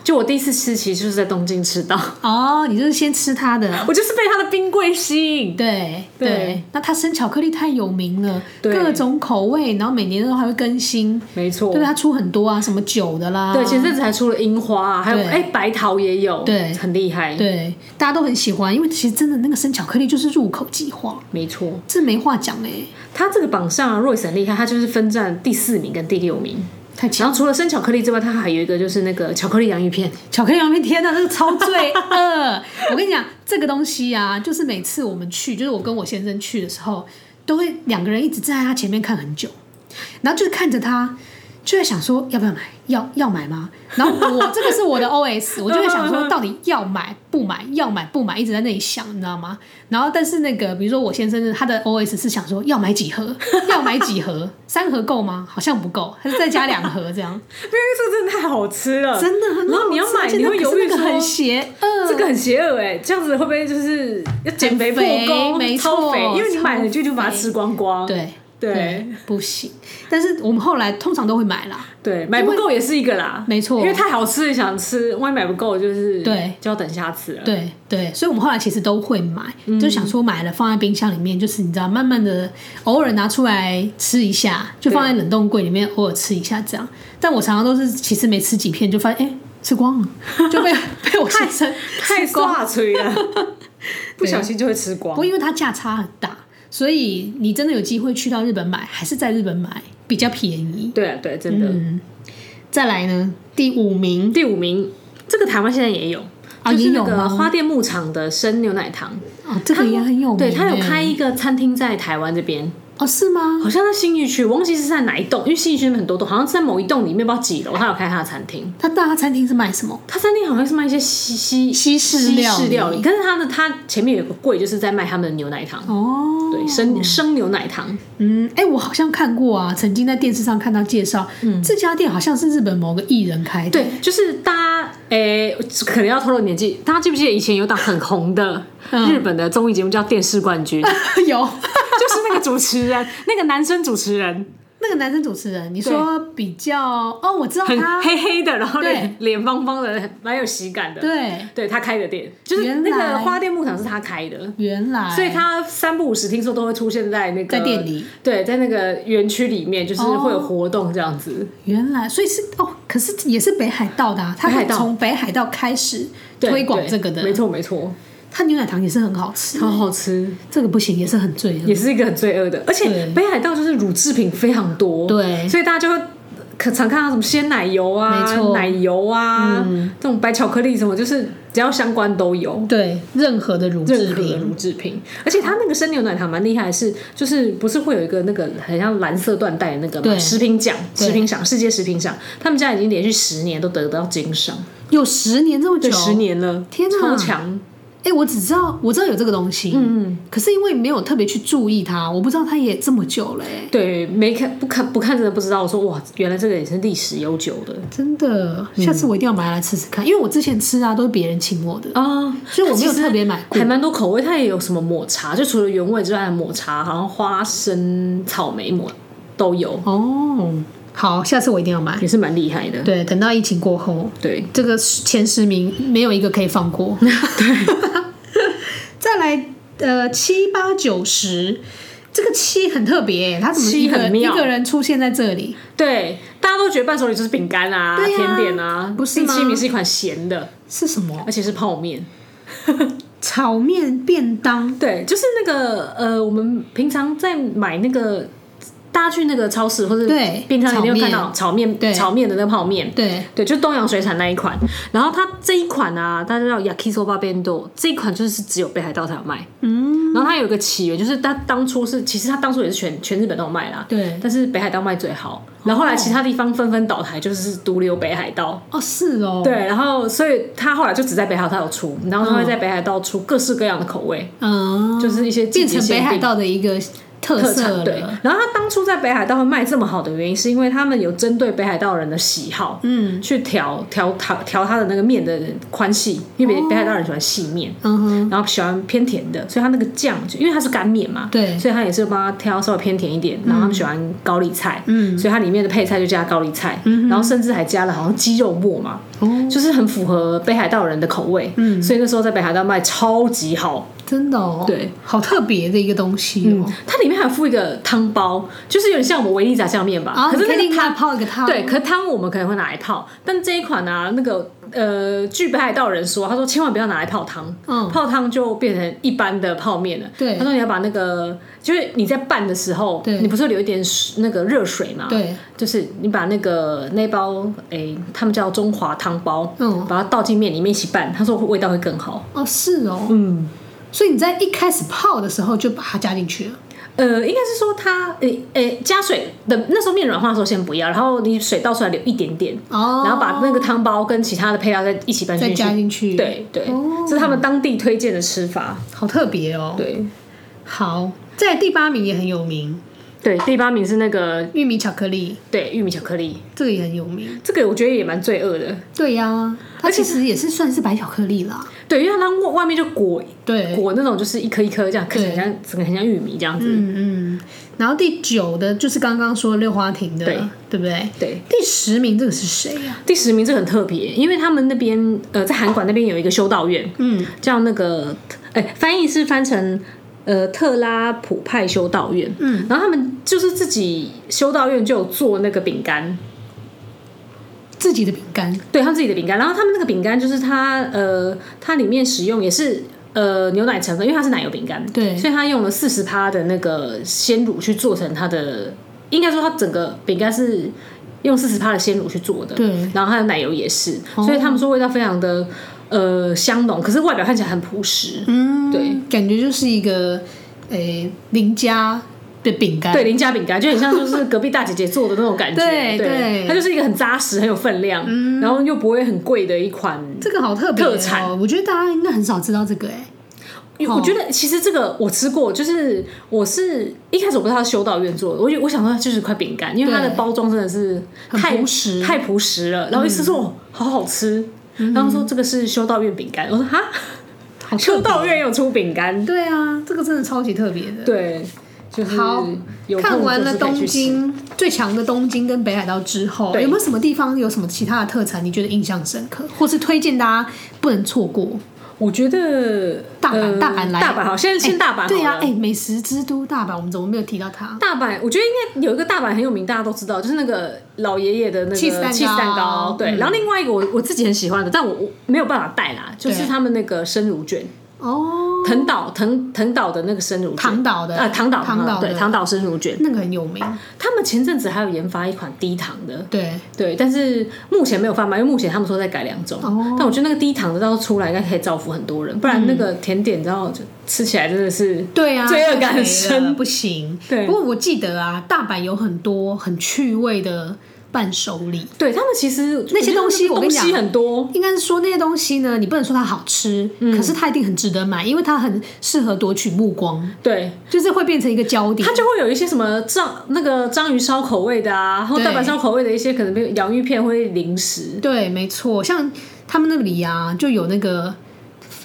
Speaker 2: 就我第一次吃，其实就是在东京吃到，
Speaker 1: 哦，你就是先吃它的，
Speaker 2: 我就是被它的冰柜吸引。
Speaker 1: 对
Speaker 2: 对
Speaker 1: 对，那它生巧克力太有名了，
Speaker 2: 对
Speaker 1: 各种口味，然后每年都还会更新，
Speaker 2: 没错，
Speaker 1: 对它出很多啊，什么酒的啦，
Speaker 2: 对，前阵子还出了樱花啊，还有
Speaker 1: 对
Speaker 2: 哎白桃也有，
Speaker 1: 对
Speaker 2: 很厉害，
Speaker 1: 对大家都很喜欢，因为其实真的那个生巧克力就是入口即化，
Speaker 2: 没错。
Speaker 1: 这没话讲哎、
Speaker 2: 它这个榜上啊，Royce 很厉害，它就是分占第四名跟第六名。
Speaker 1: 太强！
Speaker 2: 然后除了生巧克力之外，它还有一个就是那个巧克力洋芋片，
Speaker 1: 巧克力洋芋片，天哪，这个超 罪恶！我跟你讲，这个东西啊，就是每次我们去，就是我跟我先生去的时候，都会两个人一直站在他前面看很久，然后就是看着他，就会想说要不要买，要要买吗？然后我这个是我的 OS，我就会想说到底要买不买，要买不买，一直在那里想，你知道吗？然后但是那个比如说我先生他的 OS 是想说要买几盒，要买几盒，三盒够吗？好像不够，还是再加两盒这样？
Speaker 2: 因为这个真的太好吃了，
Speaker 1: 真的很好吃，
Speaker 2: 然后你要买，
Speaker 1: 而且
Speaker 2: 你
Speaker 1: 那
Speaker 2: 会
Speaker 1: 可
Speaker 2: 犹
Speaker 1: 是
Speaker 2: 豫
Speaker 1: 那
Speaker 2: 说
Speaker 1: 个很嗯邪恶，
Speaker 2: 这个很邪恶哎、这样子会不会就是要减肥破
Speaker 1: 很肥
Speaker 2: 功、
Speaker 1: 没
Speaker 2: 超
Speaker 1: 错
Speaker 2: 肥？因为你买了就就把它
Speaker 1: 超肥
Speaker 2: 吃光光，
Speaker 1: 对
Speaker 2: 对
Speaker 1: 不行。但是我们后来通常都会买啦，
Speaker 2: 对，买不够也是一个啦，
Speaker 1: 没错
Speaker 2: 因为太好吃了想吃，万一买不够就是
Speaker 1: 对，
Speaker 2: 就要等下次了。
Speaker 1: 对对，所以我们后来其实都会买，
Speaker 2: 嗯
Speaker 1: 就想说买了放在冰箱里面，就是你知道，慢慢的偶尔拿出来吃一下，就放在冷冻柜里面偶尔吃一下这样。但我常常都是其实没吃几片就发现哎、吃光了，就 被被我先生
Speaker 2: 太
Speaker 1: 吃光。
Speaker 2: 刷吹 了，不小心就会吃光
Speaker 1: 不过。因为它价差很大，所以你真的有机会去到日本买，还是在日本买比较便宜。
Speaker 2: 对啊对，真的。
Speaker 1: 嗯再来呢，第五名
Speaker 2: 第五名，这个台湾现在也有。
Speaker 1: 啊
Speaker 2: 就是那
Speaker 1: 也有吗
Speaker 2: 个花店牧场的生牛奶糖，
Speaker 1: 哦，这个也很有名欸，
Speaker 2: 对他有开一个餐厅在台湾这边，
Speaker 1: 哦，是吗？
Speaker 2: 好像在新义区，我忘记是在哪一栋，因为新义区很多栋，好像是在某一栋里面，不知道几楼，他有开他的餐厅。
Speaker 1: 他大餐厅是卖什么？
Speaker 2: 他餐厅好像是卖一些西西
Speaker 1: 西式料理
Speaker 2: 西式料理，但是他的他前面有个柜，就是在卖他们的牛奶糖，
Speaker 1: 哦，
Speaker 2: 对，生生牛奶糖，
Speaker 1: 嗯，哎、我好像看过啊，曾经在电视上看到介绍，
Speaker 2: 嗯
Speaker 1: 这家店好像是日本某个艺人开的，
Speaker 2: 对，就是大家诶、可能要透露年纪，大家记不记得以前有档很红的
Speaker 1: 嗯
Speaker 2: 日本的综艺节目叫《电视冠 军》，
Speaker 1: 对，有
Speaker 2: 就是那个主持人，那个男生主持人
Speaker 1: 那个男生主持人，你说比较哦，我知道他
Speaker 2: 很，黑黑的，然后脸
Speaker 1: 对
Speaker 2: 脸方方的，蛮有喜感的，
Speaker 1: 对，
Speaker 2: 对他开的店，就是
Speaker 1: 原
Speaker 2: 那个
Speaker 1: 来
Speaker 2: 花店牧场是他开的，
Speaker 1: 原来，
Speaker 2: 所以他三不五时听说都会出现在那个
Speaker 1: 哎在店里，
Speaker 2: 对，在那个园区里面，就是会有活动这样子。
Speaker 1: 原来，所以是哦，可是也是北海道的、啊，他
Speaker 2: 北海道
Speaker 1: 从北海道开始
Speaker 2: 对
Speaker 1: 推广
Speaker 2: 对
Speaker 1: 这个
Speaker 2: 没
Speaker 1: 的，
Speaker 2: 错没错，
Speaker 1: 他牛奶糖也是很好吃，
Speaker 2: 超好吃，
Speaker 1: 这个不行，也是很罪恶
Speaker 2: 也，是一个很罪恶的。而且
Speaker 1: 对
Speaker 2: 北海道就是乳制品非常多，
Speaker 1: 对
Speaker 2: 所以大家就会可常看到什么鲜奶油啊
Speaker 1: 没、错嗯
Speaker 2: 奶油啊、这种白巧克力什么，就是只要相关都有。
Speaker 1: 对，任何的乳
Speaker 2: 任
Speaker 1: 制
Speaker 2: 何的
Speaker 1: 品，
Speaker 2: 乳制品，而且它那个生牛奶糖蛮厉害的是，就是不是会有一个那个很像蓝色缎带的那个嘛
Speaker 1: 对
Speaker 2: 食品奖、
Speaker 1: 对
Speaker 2: 食品奖、世界食品奖，他们家已经连续十年都得到金赏，
Speaker 1: 有十年这么久，
Speaker 2: 对，十，年了，
Speaker 1: 天哪
Speaker 2: 超强，
Speaker 1: 哎、我只知道我知道有这个东西，嗯，可是因为没有特别去注意它，我不知道它也这么久了、哎。
Speaker 2: 对，没看不看不看真的不知道，我说哇，原来这个也是历史悠久的
Speaker 1: 真的，
Speaker 2: 嗯
Speaker 1: 下次我一定要买来吃吃看，因为我之前吃啊都是别人请我的，
Speaker 2: 啊，
Speaker 1: 哦所以我没有特别买过
Speaker 2: 还蛮多口味，它也有什么抹茶，就除了原味之外，抹茶好像花生、草莓抹都有，
Speaker 1: 哦，好，下次我一定要买。
Speaker 2: 也是蛮厉害的。
Speaker 1: 对，等到疫情过后，
Speaker 2: 对，
Speaker 1: 这个前十名没有一个可以放过。 再来，呃，七八九十，这个七很特别、它怎么一
Speaker 2: 七
Speaker 1: 个
Speaker 2: 很
Speaker 1: 一
Speaker 2: 妙
Speaker 1: 个人出现在这里？
Speaker 2: 对，大家都觉得伴手礼就是饼干啊、
Speaker 1: 对啊
Speaker 2: 甜点啊，
Speaker 1: 不是吗
Speaker 2: 第七名是一款咸的，
Speaker 1: 是什么？
Speaker 2: 而且是泡面。
Speaker 1: 炒面便当？
Speaker 2: 对，就是那个呃，我们平常在买那个，大家去那个超市或者
Speaker 1: 对
Speaker 2: 便当里
Speaker 1: 炒
Speaker 2: 面
Speaker 1: 面
Speaker 2: 看到炒面
Speaker 1: 对，
Speaker 2: 炒面的那个泡面。
Speaker 1: 对，
Speaker 2: 对，就东洋水产那一款，然后它这一款啊，大家知道 yakisoba bento 这一款就是只有北海道才有卖，嗯，然后它有一个起源，就是它当初是，其实它当初也是全全日本都有卖啦，
Speaker 1: 对
Speaker 2: 但是北海道卖最好，然后后来其他地方纷纷倒台，就是独留北海道，
Speaker 1: 哦，是哦，
Speaker 2: 对，，然后所以他后来就只在北海道有出，然后他会在北海道出各式各样的口味，
Speaker 1: 嗯，
Speaker 2: 就是一些季
Speaker 1: 变
Speaker 2: 节
Speaker 1: 成
Speaker 2: 限
Speaker 1: 北海
Speaker 2: 定
Speaker 1: 道的一个特
Speaker 2: 嗯特
Speaker 1: 色
Speaker 2: 产。
Speaker 1: 了。
Speaker 2: 对，然后他当初在北海道会卖这么好的原因，是因为他们有针对北海道人的喜好，嗯，去调调调调他的那个面的宽细，因为北北海道人喜欢细面。
Speaker 1: 嗯哼，
Speaker 2: 然后喜欢偏甜的，所以他那个酱，因为它是干面嘛，
Speaker 1: 对
Speaker 2: 所以他也是帮他挑稍微偏甜一点。然后他们喜欢高丽菜，嗯，所以它里面的配菜就加高丽菜，嗯，然后甚至还加了好像鸡肉末嘛，
Speaker 1: 哦，
Speaker 2: 就是很符合北海道人的口味，嗯，所以那时候在北海道卖超级好。
Speaker 1: 真的哦，
Speaker 2: 对，嗯
Speaker 1: 好特别的一个东西哦。
Speaker 2: 它里面还附一个汤包，就是有点像我们维力炸酱面吧，
Speaker 1: 啊，
Speaker 2: 可是
Speaker 1: 你可以
Speaker 2: 那
Speaker 1: 另
Speaker 2: 个
Speaker 1: 外
Speaker 2: 汤，
Speaker 1: 泡一个汤，
Speaker 2: 对，可是汤我们可能会拿来泡，但这一款呢、那个呃，据北海道人说，他说千万不要拿来泡汤，
Speaker 1: 嗯
Speaker 2: 泡汤就变成一般的泡面了。
Speaker 1: 对
Speaker 2: 他说你要把那个，就是你在拌的时候，
Speaker 1: 对
Speaker 2: 你不是会留一点水那个热水嘛，
Speaker 1: 对，
Speaker 2: 就是你把那个那包诶、他们叫中华汤包，
Speaker 1: 嗯
Speaker 2: 把它倒进面里面一起拌，他说味道会更好。
Speaker 1: 哦，是哦，
Speaker 2: 嗯，
Speaker 1: 所以你在一开始泡的时候就把它加进去了，
Speaker 2: 呃，应该是说它，呃呃，加水的那时候面软化的时候先不要，然后你水倒出来留一点点，
Speaker 1: 哦，
Speaker 2: 然后把那个汤包跟其他的配料再一起哦拌
Speaker 1: 再
Speaker 2: 进去
Speaker 1: 加。进去，，
Speaker 2: 对对，这是他们当地推荐的吃法。
Speaker 1: 好特别哦。，
Speaker 2: 对
Speaker 1: 好，在第八名也很有名，
Speaker 2: 对，第八名是那个
Speaker 1: 玉米巧克力，
Speaker 2: 对玉米巧克力，
Speaker 1: 这个也很有名。
Speaker 2: 这个我觉得也蛮罪恶的。
Speaker 1: 对呀、它其实也是算是白巧克力啦。
Speaker 2: 对，因为它外外面就裹
Speaker 1: 对，
Speaker 2: 裹那种就是一颗一颗这样，看起来像整个很像玉米这样子。
Speaker 1: 嗯嗯。然后第九的就是刚刚说六花亭的，
Speaker 2: 对
Speaker 1: 对不对？
Speaker 2: 对，
Speaker 1: 第十名这个是谁呀、
Speaker 2: 第十名这个很特别，因为他们那边呃在韩馆那边有一个修道院，
Speaker 1: 嗯，
Speaker 2: 叫那个哎、翻译是翻成呃特拉普派修道院，嗯，然后他们就是自己修道院就有做那个饼干，
Speaker 1: 自己的饼干，
Speaker 2: 对他们自己的饼干，然后他们那个饼干就是它呃它里面使用也是。呃，牛奶成分，因为它是奶油饼干，
Speaker 1: 对
Speaker 2: 所以它用了四十趴的那个鲜乳去做成它的，应该说它整个饼干是用四十趴的鲜乳去做的，
Speaker 1: 对
Speaker 2: 然后它的奶油也是，
Speaker 1: 哦
Speaker 2: 所以他们说味道非常的呃香浓，可是外表看起来很朴实，
Speaker 1: 嗯，
Speaker 2: 对，
Speaker 1: 感觉就是一个诶邻家的饼干，
Speaker 2: 对，邻家饼干就很像就是隔壁大姐姐做的那种感觉，
Speaker 1: 对对嗯
Speaker 2: 它就是一个很扎实、很有分量，然后又不会很贵的一款。
Speaker 1: 这个好特别、哦、
Speaker 2: 特产
Speaker 1: 我觉得大家应该很少知道这个哎、
Speaker 2: 因为我觉得其实这个我吃过，就是我是一开始我不知道它是修道院做的，我就我想说它就是块饼干，因为它的
Speaker 1: 对
Speaker 2: 包装真的是
Speaker 1: 很
Speaker 2: 太
Speaker 1: 朴实嗯
Speaker 2: 太朴实了。然后一吃说、哦，好好吃，然后说这个是修道院饼干，我说哈，
Speaker 1: 好特
Speaker 2: 修
Speaker 1: 别哦
Speaker 2: 道院有出饼干，
Speaker 1: 对啊，这个真的超级特别的。
Speaker 2: 对，就是
Speaker 1: 好
Speaker 2: 有空
Speaker 1: 看完了
Speaker 2: 就是可以
Speaker 1: 东
Speaker 2: 去吃
Speaker 1: 京最强的东京跟北海道之后，
Speaker 2: 对
Speaker 1: 有没有什么地方有什么其他的特产你觉得印象深刻，或是推荐大家不能错过？
Speaker 2: 我觉得
Speaker 1: 大阪
Speaker 2: 呃
Speaker 1: 大阪来
Speaker 2: 大阪好，现在先大阪好了、
Speaker 1: 对呀、啊，哎、美食之都大阪，我们怎么没有提到它？
Speaker 2: 大阪，我觉得应该有一个大阪很有名，大家都知道，就是那个老爷爷的那个
Speaker 1: cheese 蛋糕
Speaker 2: cheese 蛋糕。对，
Speaker 1: 嗯
Speaker 2: 然后另外一个我我自己很喜欢的，但我我没有办法带啦，就是
Speaker 1: 对
Speaker 2: 他们那个生乳卷，
Speaker 1: 哦，
Speaker 2: 藤岛藤藤岛的那个生乳卷，
Speaker 1: 唐岛的
Speaker 2: 呃唐岛
Speaker 1: 唐岛的
Speaker 2: 对唐岛生乳卷，
Speaker 1: 那个很有名，
Speaker 2: 他们前阵子还有研发一款低糖的。
Speaker 1: 对，
Speaker 2: 对，但是目前没有贩卖，因为目前他们说在改良中。
Speaker 1: 哦
Speaker 2: 但我觉得那个低糖的到时候出来应该可以造福很多人，不然那个甜点，你知道，就吃起来真的是
Speaker 1: 对啊，
Speaker 2: 罪恶感
Speaker 1: 太
Speaker 2: 很
Speaker 1: 美了
Speaker 2: 深
Speaker 1: 不行。
Speaker 2: 对
Speaker 1: 不过我记得啊，大阪有很多很趣味的伴手礼，
Speaker 2: 对他们其实
Speaker 1: 那些东西我
Speaker 2: 我觉得那个
Speaker 1: 跟你讲
Speaker 2: 东西很多，
Speaker 1: 应该是说那些东西呢，你不能说它好吃，
Speaker 2: 嗯
Speaker 1: 可是它一定很值得买，因为它很适合夺取目光，
Speaker 2: 对，
Speaker 1: 就是会变成一个焦点
Speaker 2: 它。就会有一些什么章那个章鱼烧口味的啊，或
Speaker 1: 对
Speaker 2: 大阪烧口味的一些可能比如洋芋片或者零食。
Speaker 1: 对，没错，像他们那里啊，就有那个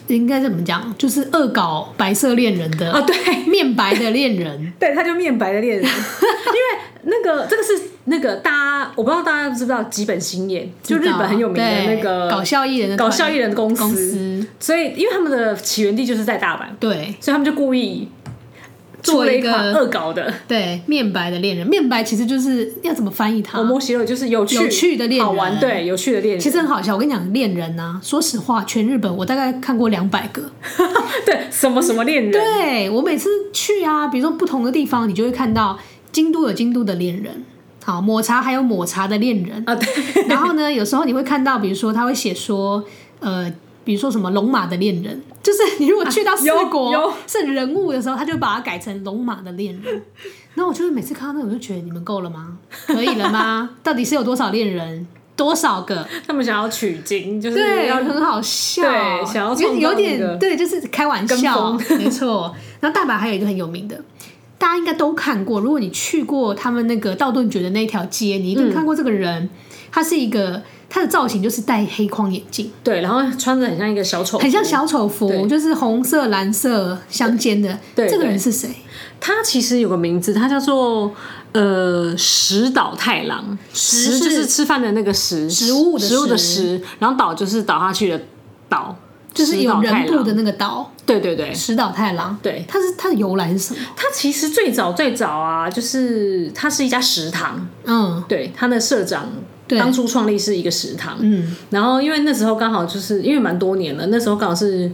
Speaker 1: 应该怎么讲，就是恶搞白色恋人的、
Speaker 2: 哦，对，
Speaker 1: 面白的恋人，
Speaker 2: 对，它就面白的恋 人，因为那个这个是那个大家我不知道大家知不知道吉本兴业， 就日本很有名的
Speaker 1: 对
Speaker 2: 那个
Speaker 1: 搞笑艺人的
Speaker 2: 搞笑艺人的公
Speaker 1: 公
Speaker 2: 司，
Speaker 1: 司，
Speaker 2: 所以因为他们的起源地就是在大阪，
Speaker 1: 对
Speaker 2: 所以他们就故意
Speaker 1: 做
Speaker 2: 做了
Speaker 1: 一
Speaker 2: 一
Speaker 1: 个
Speaker 2: 款恶搞的。
Speaker 1: 对，面白的恋人，面白其实就是要怎么翻译它？
Speaker 2: 我摸西肉就是有趣、
Speaker 1: 有趣的恋人
Speaker 2: 好玩，对，有趣的恋人。
Speaker 1: 其实很好笑，我跟你讲，恋人啊，说实话，全日本我大概看过两百个。
Speaker 2: 对什么什么恋人，
Speaker 1: 对我每次去啊，比如说不同的地方，你就会看到京都有京都的恋人，好抹茶还有抹茶的恋人，
Speaker 2: 啊，对，
Speaker 1: 然后呢，有时候你会看到，比如说他会写说，呃，比如说什么龙马的恋人，就是你如果去到四
Speaker 2: 啊有
Speaker 1: 国
Speaker 2: 有
Speaker 1: 是人物的时候，他就把它改成龙马的恋人。然后我就会每次看到那个，我就觉得你们够了吗？可以了吗？到底是有多少恋人？多少个？
Speaker 2: 他们想要取经，就是
Speaker 1: 对，
Speaker 2: 要
Speaker 1: 很好笑，
Speaker 2: 对想要
Speaker 1: 有
Speaker 2: 创造
Speaker 1: 有
Speaker 2: 那个
Speaker 1: 点对，就是开玩笑，
Speaker 2: 跟
Speaker 1: 没错。然后大阪还有一个很有名的，大家应该都看过。如果你去过他们那个道顿崛的那条街，你一定看过这个人。他是一个，他的造型就是戴黑框眼镜，
Speaker 2: 对，然后穿着很像一个小丑，
Speaker 1: 很像。小丑服，
Speaker 2: 哦对
Speaker 1: 就是红色、蓝色相间的。
Speaker 2: 对
Speaker 1: 这个
Speaker 2: 对
Speaker 1: 人是谁？
Speaker 2: 他其实有个名字，他叫做呃石岛太郎，
Speaker 1: 石
Speaker 2: 石就是是吃饭的那个石，
Speaker 1: 食物的
Speaker 2: 食物的
Speaker 1: 石
Speaker 2: 石，然后岛就是倒下去的岛，
Speaker 1: 就是
Speaker 2: 石
Speaker 1: 有
Speaker 2: 岛太
Speaker 1: 人部
Speaker 2: 郎
Speaker 1: 的那个岛，
Speaker 2: 对对对。
Speaker 1: 石岛太郎。
Speaker 2: 对
Speaker 1: 他是他的由来是什么？
Speaker 2: 他其实最早最早啊，就是它是一家食堂，
Speaker 1: 嗯，
Speaker 2: 对，他的社长
Speaker 1: 对
Speaker 2: 当初创立是一个食堂，
Speaker 1: 嗯，
Speaker 2: 然后因为那时候刚好就是因为蛮多年了，那时候刚好是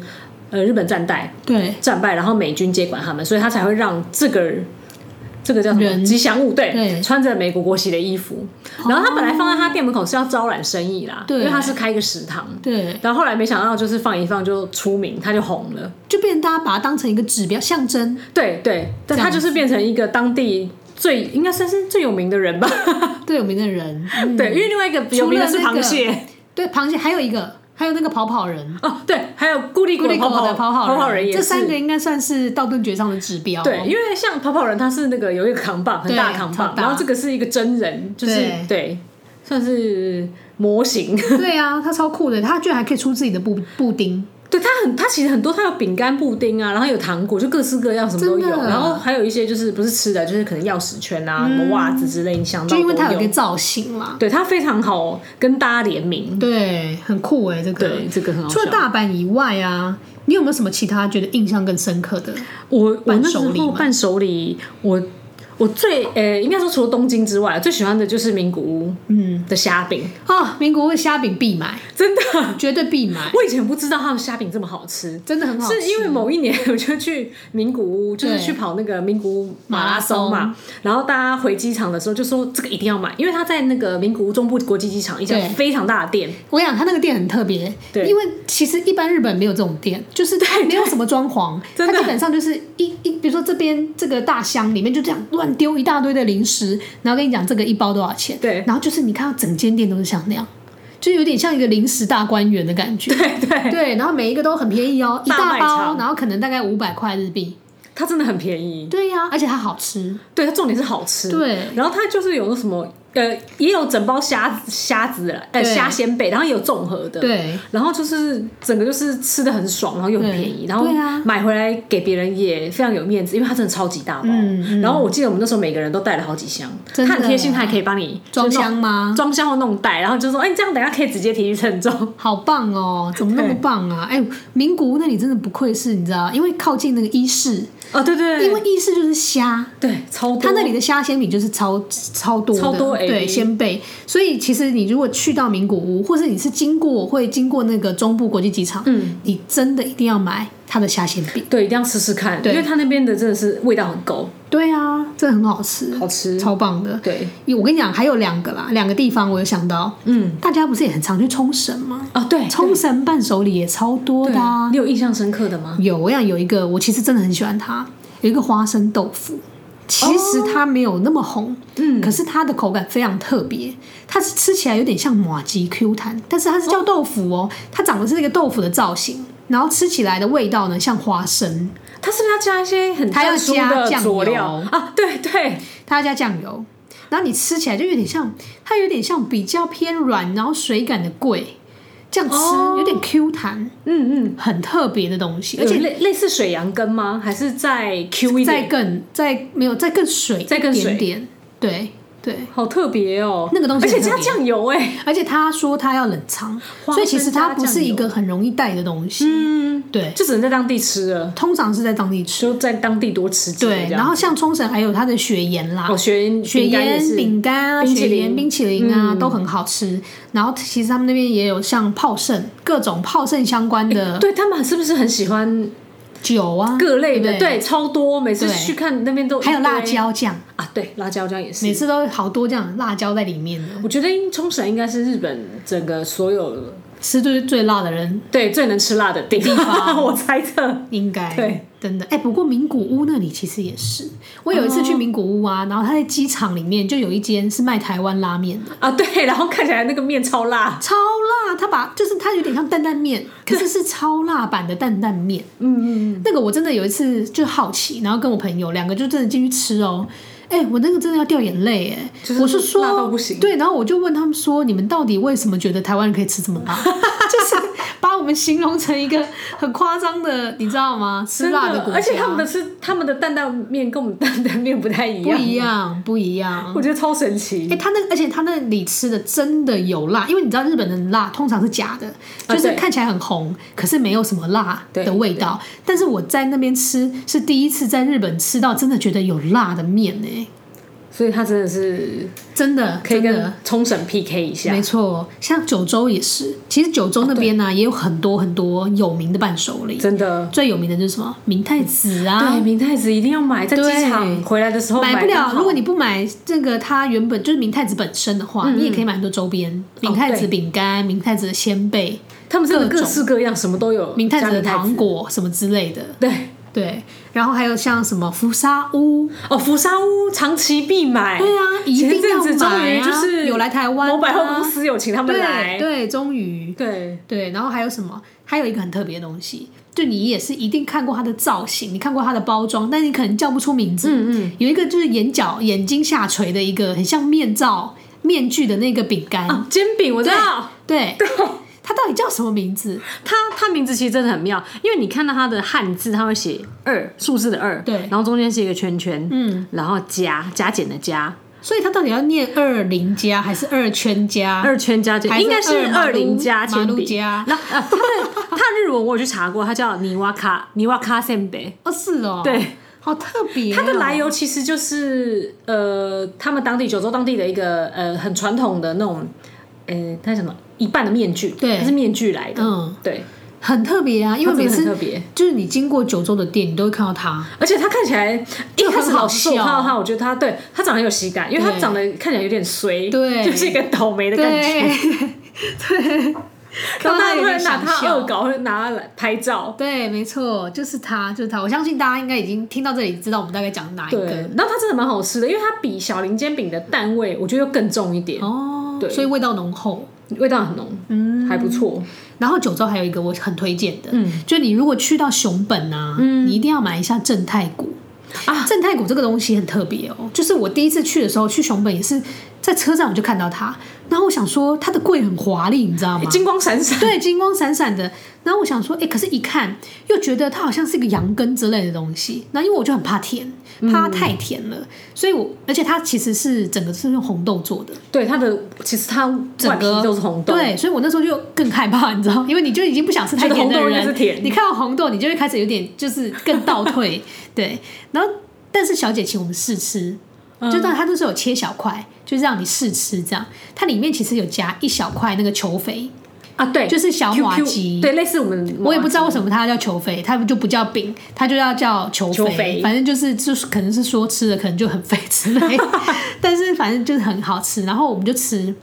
Speaker 2: 呃日本战败，
Speaker 1: 对，
Speaker 2: 战败，然后美军接管他们，所以他才会让这个这个叫什么
Speaker 1: 人
Speaker 2: 吉祥物，对，
Speaker 1: 对
Speaker 2: 穿着美国国旗的衣服。然后他本来放在他店门口是要招揽生意啦，
Speaker 1: 对
Speaker 2: 因为他是开一个食堂。
Speaker 1: 对，
Speaker 2: 然后后来没想到就是放一放就出名，他就红了。
Speaker 1: 就变成大家把它当成一个指标象征，
Speaker 2: 对对，但
Speaker 1: 这样
Speaker 2: 他就是变成一个当地最应该算是最有名 的人吧。
Speaker 1: 最有名的人。嗯
Speaker 2: 对，因为另外一个有名的是螃蟹、
Speaker 1: 对，螃蟹还有一个，还有那个跑跑人，
Speaker 2: 哦，对，还有固力
Speaker 1: 孤
Speaker 2: 狗
Speaker 1: 立狗的
Speaker 2: 跑
Speaker 1: 跑
Speaker 2: 跑跑
Speaker 1: 人，
Speaker 2: 人也
Speaker 1: 这
Speaker 2: 是。
Speaker 1: 三个应该算是道顿崛上的指标。
Speaker 2: 对，因为像跑跑人，他是那个有一个扛棒，很
Speaker 1: 哦对
Speaker 2: 大扛棒
Speaker 1: 超，大
Speaker 2: 然后这个是一个真人，就是
Speaker 1: 对
Speaker 2: 对，算是模 型。
Speaker 1: 对啊，他超酷的，他居然还可以出自己的布布丁，
Speaker 2: 对它很，它其实很多，它有饼干、布丁啊，然后有糖果，就各式各样，什么都有。
Speaker 1: 真的嗯
Speaker 2: 然后还有一些就是不是吃的，就是可能钥匙圈啊、什么袜子之类，你想到
Speaker 1: 就因为
Speaker 2: 都
Speaker 1: 他有一
Speaker 2: 有
Speaker 1: 个造型嘛。
Speaker 2: 对它非常好跟大家联
Speaker 1: 嗯
Speaker 2: 名。
Speaker 1: 对，很酷哎、这个。
Speaker 2: 对，这个很好笑。
Speaker 1: 除了大阪以外啊，你有没有什么其他觉得印象更深刻的？
Speaker 2: 我我那
Speaker 1: 伴
Speaker 2: 时
Speaker 1: 手礼
Speaker 2: 候
Speaker 1: 嘛
Speaker 2: 伴手礼，我我最呃、应该说除了东京之外，最喜欢的就是名古屋
Speaker 1: 嗯，
Speaker 2: 的虾饼，
Speaker 1: 啊，民国味虾饼必买，
Speaker 2: 真的，
Speaker 1: 绝对必买，
Speaker 2: 我以前不知道他们虾饼这么好吃。
Speaker 1: 真的很好吃。
Speaker 2: 是因为某一年 我就去名古屋，就是
Speaker 1: 对
Speaker 2: 去跑那个名古屋马拉松
Speaker 1: 马
Speaker 2: 嘛，然后大家回机场的时候就说这个一定要买，因为他在那个名古屋中部国际机场一家
Speaker 1: 对
Speaker 2: 非常大的店，
Speaker 1: 我跟你讲，他那个店很特别，
Speaker 2: 对
Speaker 1: 因为其实一般日本没有这种店，就是它没有什么装潢，
Speaker 2: 真
Speaker 1: 它
Speaker 2: 的
Speaker 1: 基本上就是一一，比如说这边这个大箱里面就这样乱丢一大堆的零食，然后跟你讲这个一包多少钱，
Speaker 2: 对
Speaker 1: 然后就是你看到整间店都是像那样，就有点像一个零食大观园的感觉，
Speaker 2: 对对，
Speaker 1: 对，然后每一个都很便宜哦，一
Speaker 2: 大
Speaker 1: 大
Speaker 2: 卖
Speaker 1: 包
Speaker 2: 场，
Speaker 1: 然后可能大概五百块日币，
Speaker 2: 它真的很便宜，
Speaker 1: 对呀、而且它好吃，
Speaker 2: 对，它重点是好吃，
Speaker 1: 对
Speaker 2: 然后它就是有那什么呃，也有整包虾虾子啦，呃，
Speaker 1: 对
Speaker 2: 虾鲜贝，然后也有综合的，
Speaker 1: 对，
Speaker 2: 然后就是整个就是吃的很爽，然后又很便
Speaker 1: 对
Speaker 2: 宜，然后
Speaker 1: 对啊
Speaker 2: 买回来给别人也非常有面子，因为它真的超级大包。
Speaker 1: 嗯嗯
Speaker 2: 然后我记得我们那时候每个人都带了好几箱，它
Speaker 1: 真的
Speaker 2: 很贴心，它还可以帮你
Speaker 1: 装
Speaker 2: 就是弄
Speaker 1: 箱吗？
Speaker 2: 装箱或弄袋，然后就说：“哎、你这样等一下可以直接提去称重。
Speaker 1: 好棒哦！怎么那么棒啊？哎、名古屋那里真的不愧是你知道，因为靠近那个伊势，”
Speaker 2: 哦，对对对，
Speaker 1: 因为意式就是虾，
Speaker 2: 对超多，
Speaker 1: 它那里的虾鲜饼就是超超多的，
Speaker 2: 超多 AB
Speaker 1: 对鲜贝。所以其实你如果去到名古屋，或是你是经过会经过那个中部国际机场，
Speaker 2: 嗯，
Speaker 1: 你真的一定要买它的虾鲜饼。
Speaker 2: 对一定要试试看，因
Speaker 1: 对
Speaker 2: 为它那边的真的是味道很够，
Speaker 1: 对啊，这很好吃，
Speaker 2: 好吃。
Speaker 1: 超棒的。
Speaker 2: 对，
Speaker 1: 我跟你讲，还有两个啦，两个地方我有想到，
Speaker 2: 嗯，
Speaker 1: 大家不是也很常去冲绳吗？
Speaker 2: 哦对，
Speaker 1: 冲绳伴手礼也超多
Speaker 2: 对
Speaker 1: 的啊
Speaker 2: 你。有印象深刻的吗？
Speaker 1: 有，我想有一个，我其实真的很喜欢它，有一个花生豆腐。其实它没有那么红，
Speaker 2: 嗯
Speaker 1: 可是它的口感非常特别，它是吃起来有点像马吉 Q 弹，但是它是叫豆腐哦，它长得是一个豆腐的造型，然后吃起来的味道呢像花生，
Speaker 2: 它是不是要加一些很
Speaker 1: 它要
Speaker 2: 特殊
Speaker 1: 加
Speaker 2: 的
Speaker 1: 酱
Speaker 2: 佐料
Speaker 1: 油
Speaker 2: 啊？对对，
Speaker 1: 它要加酱油，然后你吃起来就有点像，它有点像比较偏软，然后水感的桂，这样吃
Speaker 2: 哦
Speaker 1: 有点 Q 弹，
Speaker 2: 嗯嗯，
Speaker 1: 很特别的东西，而
Speaker 2: 而且
Speaker 1: 且
Speaker 2: 类类似水杨根吗？还是再 Q 一
Speaker 1: 再
Speaker 2: 点？
Speaker 1: 更再没有再更水，
Speaker 2: 再更
Speaker 1: 一
Speaker 2: 水
Speaker 1: 点点，对对。
Speaker 2: 好特别哦，
Speaker 1: 那个东西
Speaker 2: 而且
Speaker 1: 很
Speaker 2: 加
Speaker 1: 特别
Speaker 2: 酱油哎、
Speaker 1: 而且他说他要冷藏，
Speaker 2: 花生
Speaker 1: 所以其实它不是一
Speaker 2: 加酱
Speaker 1: 个很容易带的东西。
Speaker 2: 嗯，
Speaker 1: 对，
Speaker 2: 就只能在当地吃了，
Speaker 1: 通常是在当地吃。
Speaker 2: 就在当地多吃几个
Speaker 1: 对，
Speaker 2: 这样
Speaker 1: 然后像冲绳还有它的雪盐啦
Speaker 2: 哦，，学
Speaker 1: 雪
Speaker 2: 也
Speaker 1: 盐
Speaker 2: 是
Speaker 1: 饼干啊，
Speaker 2: 冰淇
Speaker 1: 雪
Speaker 2: 淋
Speaker 1: 盐冰淇淋啊
Speaker 2: 嗯
Speaker 1: 都很好吃。然后其实他们那边也有像泡盛，各种泡盛相关的
Speaker 2: 哎对他们是不是很喜欢
Speaker 1: 酒啊，
Speaker 2: 各类的？
Speaker 1: 对不对，
Speaker 2: 超多，每次
Speaker 1: 对
Speaker 2: 去看那边都一堆
Speaker 1: 还有辣椒酱，
Speaker 2: 啊，对，辣椒酱也
Speaker 1: 每
Speaker 2: 是。
Speaker 1: 次都好多这样辣椒在里面的，
Speaker 2: 我觉得冲绳应该是日本整个所有
Speaker 1: 吃最最辣的人
Speaker 2: 对最能吃辣的地方， 我猜测。
Speaker 1: 应该
Speaker 2: 对，
Speaker 1: 真的哎、不过名古屋那里其实也是，我有一次
Speaker 2: 哦
Speaker 1: 去名古屋啊，然后他在机场里面就有一间是卖台湾拉面的，
Speaker 2: 啊，对，然后看起来那个面超辣，
Speaker 1: 超辣，他把就是它有点像担担面，可是是超辣版的担担面。
Speaker 2: 嗯嗯，
Speaker 1: 那个我真的有一次就好奇，然后跟我朋友两个就真的进去吃哦。哎、我那个真的要掉眼泪哎、
Speaker 2: 就是
Speaker 1: 我是说
Speaker 2: 辣到不行
Speaker 1: 对，然后我就问他们说，你们到底为什么觉得台湾人可以吃这么辣？ 就是把我们形容成一个很夸张的，你知道吗？吃
Speaker 2: 真
Speaker 1: 辣国家，
Speaker 2: 而且他们的吃他们的担担面跟我们担担面不太一
Speaker 1: 不
Speaker 2: 样，
Speaker 1: 一样，不一样
Speaker 2: 我。觉得超神奇。
Speaker 1: 哎、他那而且他那里吃的真的有辣，因为你知道日本人辣通常是假的，就是
Speaker 2: 啊对
Speaker 1: 看起来很红，可是没有什么辣
Speaker 2: 对
Speaker 1: 的味道。但是我在那边吃是第一次在日本吃到真的觉得有辣的面呢、哎
Speaker 2: 所以它真的是
Speaker 1: 真的
Speaker 2: 可以
Speaker 1: 真
Speaker 2: 跟
Speaker 1: 的。
Speaker 2: 冲绳 PK 一下
Speaker 1: 没。错，像九州也是。其实九州那边呢、啊也有很多很多有名的伴手礼，
Speaker 2: 啊真的，
Speaker 1: 最有名的就是什么明太子啊
Speaker 2: 对，，明太子一定要买，在
Speaker 1: 对
Speaker 2: 机场回来的时候
Speaker 1: 买不
Speaker 2: 更
Speaker 1: 了。
Speaker 2: 哦好
Speaker 1: 如果你不买这个，它原本就是明太子本身的话，你也可以买很多周边，明太子
Speaker 2: 嗯哦对
Speaker 1: 饼干、明太子的鲜贝、
Speaker 2: 他们真的
Speaker 1: 各
Speaker 2: 各
Speaker 1: 种
Speaker 2: 式各样，什么都有，
Speaker 1: 明太
Speaker 2: 加
Speaker 1: 子的糖，果什么之类的。
Speaker 2: 对，
Speaker 1: 对，然后还有像什么福沙屋，
Speaker 2: 哦，福沙屋长期必买，
Speaker 1: 对啊，一
Speaker 2: 前
Speaker 1: 定
Speaker 2: 阵
Speaker 1: 要
Speaker 2: 子终
Speaker 1: 买
Speaker 2: 于
Speaker 1: 啊！
Speaker 2: 就是
Speaker 1: 有来台湾、啊，
Speaker 2: 某百货公司有请他们
Speaker 1: 对
Speaker 2: 来，
Speaker 1: 对，终于
Speaker 2: 对，
Speaker 1: 对，然后还有什么？还有一个很特别的东西，就你也是一定看过它的造型，你看过它的包装，但你可能叫不出名字。
Speaker 2: 嗯嗯，
Speaker 1: 有一个就是眼角眼睛下垂的一个很像面罩面具的那个饼干，
Speaker 2: 啊，煎饼我知道。
Speaker 1: 对，它到底叫什么名字？
Speaker 2: 它它名字其实真的很妙，因为你看到它的汉字，它会写二，数字的二，
Speaker 1: 对
Speaker 2: 然后中间是一个圈圈，
Speaker 1: 嗯，
Speaker 2: 然后加加减的加，
Speaker 1: 所以它到底要念二零加还是二圈加？
Speaker 2: 二圈加减
Speaker 1: 还是
Speaker 2: 应该是
Speaker 1: 二
Speaker 2: 二
Speaker 1: 马路
Speaker 2: 零加
Speaker 1: 马
Speaker 2: 铅
Speaker 1: 路
Speaker 2: 笔
Speaker 1: 加
Speaker 2: 那呃它的它的日文我有去查过，它叫尼瓦卡尼瓦卡森北，
Speaker 1: 哦，是哦，
Speaker 2: 对，
Speaker 1: 好特别、哦。
Speaker 2: 它的来由其实就是呃，他们当地九州当地的一个呃很传统的那种，呃，它叫什么一半的面具，
Speaker 1: 对
Speaker 2: 它是面具来的，
Speaker 1: 嗯
Speaker 2: 对，
Speaker 1: 很特别啊，因为
Speaker 2: 它真
Speaker 1: 每
Speaker 2: 的很
Speaker 1: 次
Speaker 2: 特别。
Speaker 1: 就是你经过九州的店，你都会看到它。
Speaker 2: 而且他看起来一
Speaker 1: 就很
Speaker 2: 开始老师
Speaker 1: 好
Speaker 2: 我
Speaker 1: 笑
Speaker 2: 看到他，我觉得他对他长得很有喜感，因为他
Speaker 1: 对
Speaker 2: 长得看起来有点衰，
Speaker 1: 对
Speaker 2: 就是一个倒霉的感觉。
Speaker 1: 对， 对
Speaker 2: 然后大家
Speaker 1: 有
Speaker 2: 会
Speaker 1: 点
Speaker 2: 拿
Speaker 1: 想
Speaker 2: 他
Speaker 1: 笑
Speaker 2: 恶搞，会拿他来拍照。
Speaker 1: 对，没错，就是它，就是它。我相信大家应该已经听到这里，知道我们大概讲哪一
Speaker 2: 对
Speaker 1: 个，
Speaker 2: 然后它真的蛮好吃的，因为它比小林煎饼的蛋味，我觉得又更重一点，
Speaker 1: 哦。
Speaker 2: 对
Speaker 1: 所以味道浓厚。
Speaker 2: 味道很浓，嗯，还不错。
Speaker 1: 然后九州还有一个我很推荐的，
Speaker 2: 嗯，
Speaker 1: 就你如果去到熊本啊，你一定要买一下正太谷
Speaker 2: 啊
Speaker 1: 正太谷这个东西很特别哦，就是我第一次去的时候，去熊本也是在车站我就看到它，然后我想说它的柜很华丽，你知道吗？
Speaker 2: 金光闪闪，
Speaker 1: 对，金光闪闪的。然后我想说，哎、可是一看又觉得它好像是一个羊羹之类的东西。那因为我就很怕甜，
Speaker 2: 嗯
Speaker 1: 怕它太甜了，所以我而且它其实是整个是用红豆做的，
Speaker 2: 对它的其实它外
Speaker 1: 整
Speaker 2: 皮
Speaker 1: 个
Speaker 2: 都是红豆，
Speaker 1: 对，所以我那时候就更害怕，你知道，因为你就已经不想吃太
Speaker 2: 觉得
Speaker 1: 甜的
Speaker 2: 红豆应该
Speaker 1: 人，
Speaker 2: 是甜
Speaker 1: 你看到红豆，你就会开始有点就是更倒 退，对。然后，但是小姐请我们试吃，就当然它都是有切小块，就是让你试吃这样。它里面其实有夹一小块那个球肥，
Speaker 2: 啊，对，
Speaker 1: 就是小马吉
Speaker 2: QQ 对，类似我们
Speaker 1: 我也不知道为什么它叫球肥，它就不叫饼，它就要叫球肥。
Speaker 2: 球肥
Speaker 1: 反正就是就是可能是说吃的可能就很肥之类， 但是反正就是很好吃。然后我们就吃，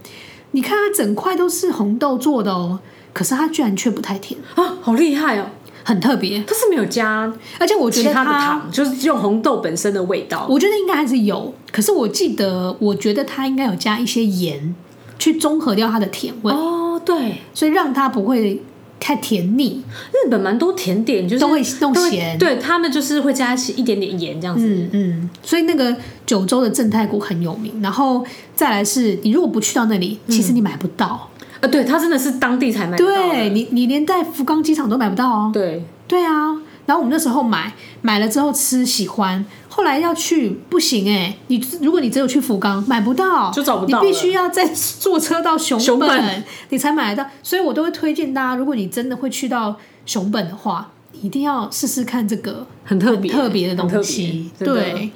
Speaker 1: 你看它整块都是红豆做的哦，可是它居然却不太甜，
Speaker 2: 啊，好厉害哦，
Speaker 1: 很特别。
Speaker 2: 它是没有加
Speaker 1: 而且我觉
Speaker 2: 其
Speaker 1: 得
Speaker 2: 他的
Speaker 1: 它，
Speaker 2: 糖，就是用红豆本身的味道。
Speaker 1: 我觉得应该还是有，可是我记得我觉得它应该有加一些盐去中和掉它的甜味，
Speaker 2: 哦，对，
Speaker 1: 所以让它不会太甜腻。
Speaker 2: 日本蛮多甜点就是
Speaker 1: 都会弄
Speaker 2: 都会
Speaker 1: 咸
Speaker 2: 对他们就是会加一点点盐这样子。
Speaker 1: 嗯嗯，所以那个九州的正太谷很有名，然后再来是你如果不去到那里，其实你买不到，
Speaker 2: 啊，对，它真的是当地才买得到的。
Speaker 1: 对你你连在福冈机场都买不到哦。
Speaker 2: 对，
Speaker 1: 对啊，然后我们那时候买买了之后吃喜欢，后来要去不行哎、你如果你只有去福冈买不到，
Speaker 2: 就找不到
Speaker 1: 你
Speaker 2: 了
Speaker 1: 必须要再坐车到熊
Speaker 2: 熊本
Speaker 1: 你才买得到，所以我都会推荐大家，如果你真的会去到熊本的话，一定要试试看这个
Speaker 2: 很特别
Speaker 1: 特别的东西
Speaker 2: 很，特别真的
Speaker 1: 对。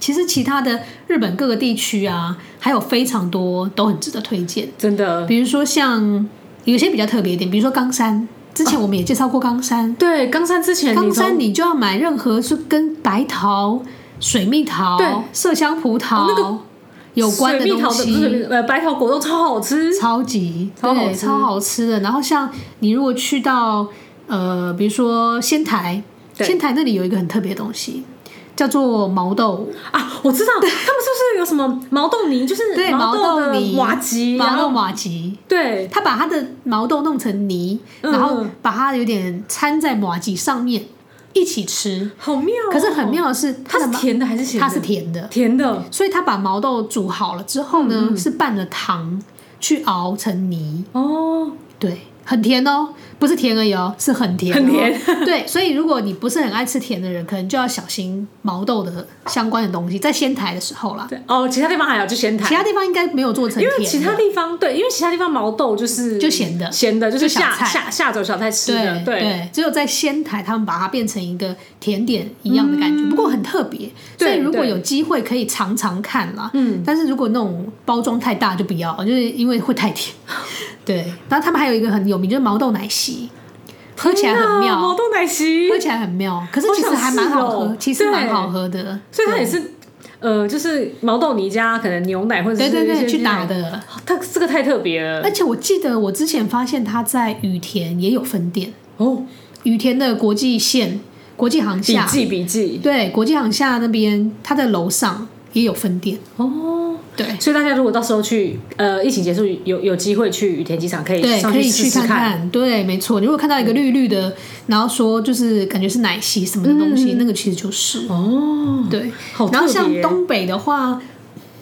Speaker 1: 其实其他的日本各个地区啊，还有非常多都很值得推荐，
Speaker 2: 真的。
Speaker 1: 比如说像有些比较特别一点，比如说冈山，之前我们也介绍过冈山，
Speaker 2: 对，冈山啊之前
Speaker 1: 冈
Speaker 2: 你从
Speaker 1: 山你就要买任何是跟白桃、水蜜桃
Speaker 2: 对、
Speaker 1: 麝香葡萄、
Speaker 2: 哦那个
Speaker 1: 有关
Speaker 2: 水蜜
Speaker 1: 东
Speaker 2: 桃的不
Speaker 1: 西，
Speaker 2: 是呃白桃果冻超好吃，
Speaker 1: 超级
Speaker 2: 超好
Speaker 1: 对
Speaker 2: 吃
Speaker 1: 超好吃的。然后像你如果去到呃，比如说仙台，
Speaker 2: 对
Speaker 1: 仙台那里有一个很特别的东西，叫做毛豆
Speaker 2: 啊！我知道他们是不是有什么毛豆泥，就是
Speaker 1: 对毛
Speaker 2: 豆
Speaker 1: 豆
Speaker 2: 的
Speaker 1: 泥、
Speaker 2: 瓦吉，然
Speaker 1: 毛豆
Speaker 2: 后
Speaker 1: 瓦吉。
Speaker 2: 对
Speaker 1: 他把他的毛豆弄成泥，
Speaker 2: 嗯
Speaker 1: 然后
Speaker 2: 嗯
Speaker 1: 把它有点掺在瓦吉上面一起吃。
Speaker 2: 好妙哦。
Speaker 1: 可是很妙的是，它
Speaker 2: 它
Speaker 1: 的
Speaker 2: 是
Speaker 1: 毛
Speaker 2: 甜的还是咸的？
Speaker 1: 它是甜的，
Speaker 2: 甜的，
Speaker 1: 所以他把毛豆煮
Speaker 2: 嗯
Speaker 1: 好了之后呢，是拌了糖去熬成泥。
Speaker 2: 哦，
Speaker 1: 对，很甜哦，不是甜而已哦，是很甜、哦，
Speaker 2: 很甜。
Speaker 1: 对，所以如果你不是很爱吃甜的人，可能就要小心毛豆的相关的东西，在仙台的时候啦，
Speaker 2: 对哦，其他地方还有就先谈
Speaker 1: 其。他地方应该没有做成
Speaker 2: 因
Speaker 1: 甜
Speaker 2: 为
Speaker 1: 的，
Speaker 2: 其他地方对，因为其他地方毛豆就是
Speaker 1: 就咸的
Speaker 2: 咸的就是
Speaker 1: 就小
Speaker 2: 下
Speaker 1: 菜
Speaker 2: 下下酒小菜吃的，
Speaker 1: 对只有在仙台他们把它变成一个甜点一样的感觉，不过很特别。所
Speaker 2: 对
Speaker 1: 以如果
Speaker 2: 对
Speaker 1: 有机会可以尝尝看啦，嗯，但是如果那种包装太大就不要，就是因为会太 甜。对，然后他们还有一个很有名，就是毛豆奶昔，喝起来很
Speaker 2: 天哪毛
Speaker 1: 妙，
Speaker 2: 豆 奶昔
Speaker 1: 喝，起来很妙，可是
Speaker 2: 好
Speaker 1: 其实
Speaker 2: 想
Speaker 1: 还蛮
Speaker 2: 试
Speaker 1: 好喝，
Speaker 2: 哦
Speaker 1: 其实蛮
Speaker 2: 对
Speaker 1: 好喝的。
Speaker 2: 所以它也是呃，就是毛豆泥加可能牛奶或者
Speaker 1: 对
Speaker 2: 是
Speaker 1: 对
Speaker 2: 一
Speaker 1: 对，
Speaker 2: 些
Speaker 1: 去
Speaker 2: 牛奶
Speaker 1: 打，的。
Speaker 2: 它这个太特别了
Speaker 1: 而且我记得我之前发现它在羽田也有分店，
Speaker 2: 哦，
Speaker 1: 羽田的国际线、国际航
Speaker 2: 笔
Speaker 1: 厦
Speaker 2: 记笔记
Speaker 1: 对，国际航厦那边，它的楼上也有分店。
Speaker 2: 哦。
Speaker 1: 对
Speaker 2: 所以大家如果到时候去，呃，疫情结束有有机会去羽田机场，可以
Speaker 1: 对，
Speaker 2: 上
Speaker 1: 可以
Speaker 2: 试
Speaker 1: 去
Speaker 2: 试
Speaker 1: 看
Speaker 2: 看。
Speaker 1: 看。对，没错。你如果看到一个绿绿的，然后说就是感觉是奶昔什么的东西，那个其实就是
Speaker 2: 哦，
Speaker 1: 对。
Speaker 2: 嗯好特别
Speaker 1: 然后像东北的话，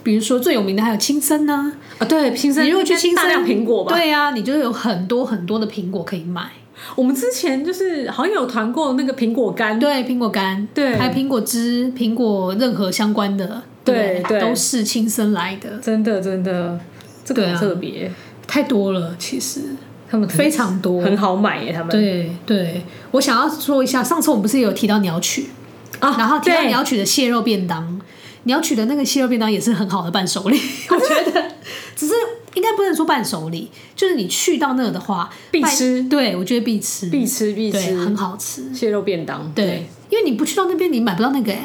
Speaker 1: 比如说最有名的还有青森呐、
Speaker 2: 啊，对，青森
Speaker 1: 你如果去青
Speaker 2: 大
Speaker 1: 森，
Speaker 2: 量苹果吧，
Speaker 1: 对啊，你就有很多很多的苹果可以买。
Speaker 2: 我们之前就是好像有团购那个苹果干，
Speaker 1: 对，苹果干，
Speaker 2: 对
Speaker 1: 还有苹果汁、苹果任何相关的，
Speaker 2: 对
Speaker 1: 不
Speaker 2: 对
Speaker 1: 都是青森来的，
Speaker 2: 真的真的，这个
Speaker 1: 对啊
Speaker 2: 很特别，
Speaker 1: 太多了，其实
Speaker 2: 他们
Speaker 1: 非常多，
Speaker 2: 很好买耶，他们
Speaker 1: 对对，我想要说一下，上次我们不是有提到鸟曲，
Speaker 2: 啊
Speaker 1: 然后提到
Speaker 2: 对
Speaker 1: 鸟曲的蟹肉便当，鸟曲的那个蟹肉便当也是很好的伴手 礼，我觉得，只是应该不能说伴手礼，就是你去到那的话
Speaker 2: 必
Speaker 1: 拜
Speaker 2: 吃
Speaker 1: 对我觉得必吃，
Speaker 2: 必吃必
Speaker 1: 对，
Speaker 2: 吃
Speaker 1: 很好吃，
Speaker 2: 蟹肉便当，
Speaker 1: 对，，因为你不去到那边，你买不到那个、欸，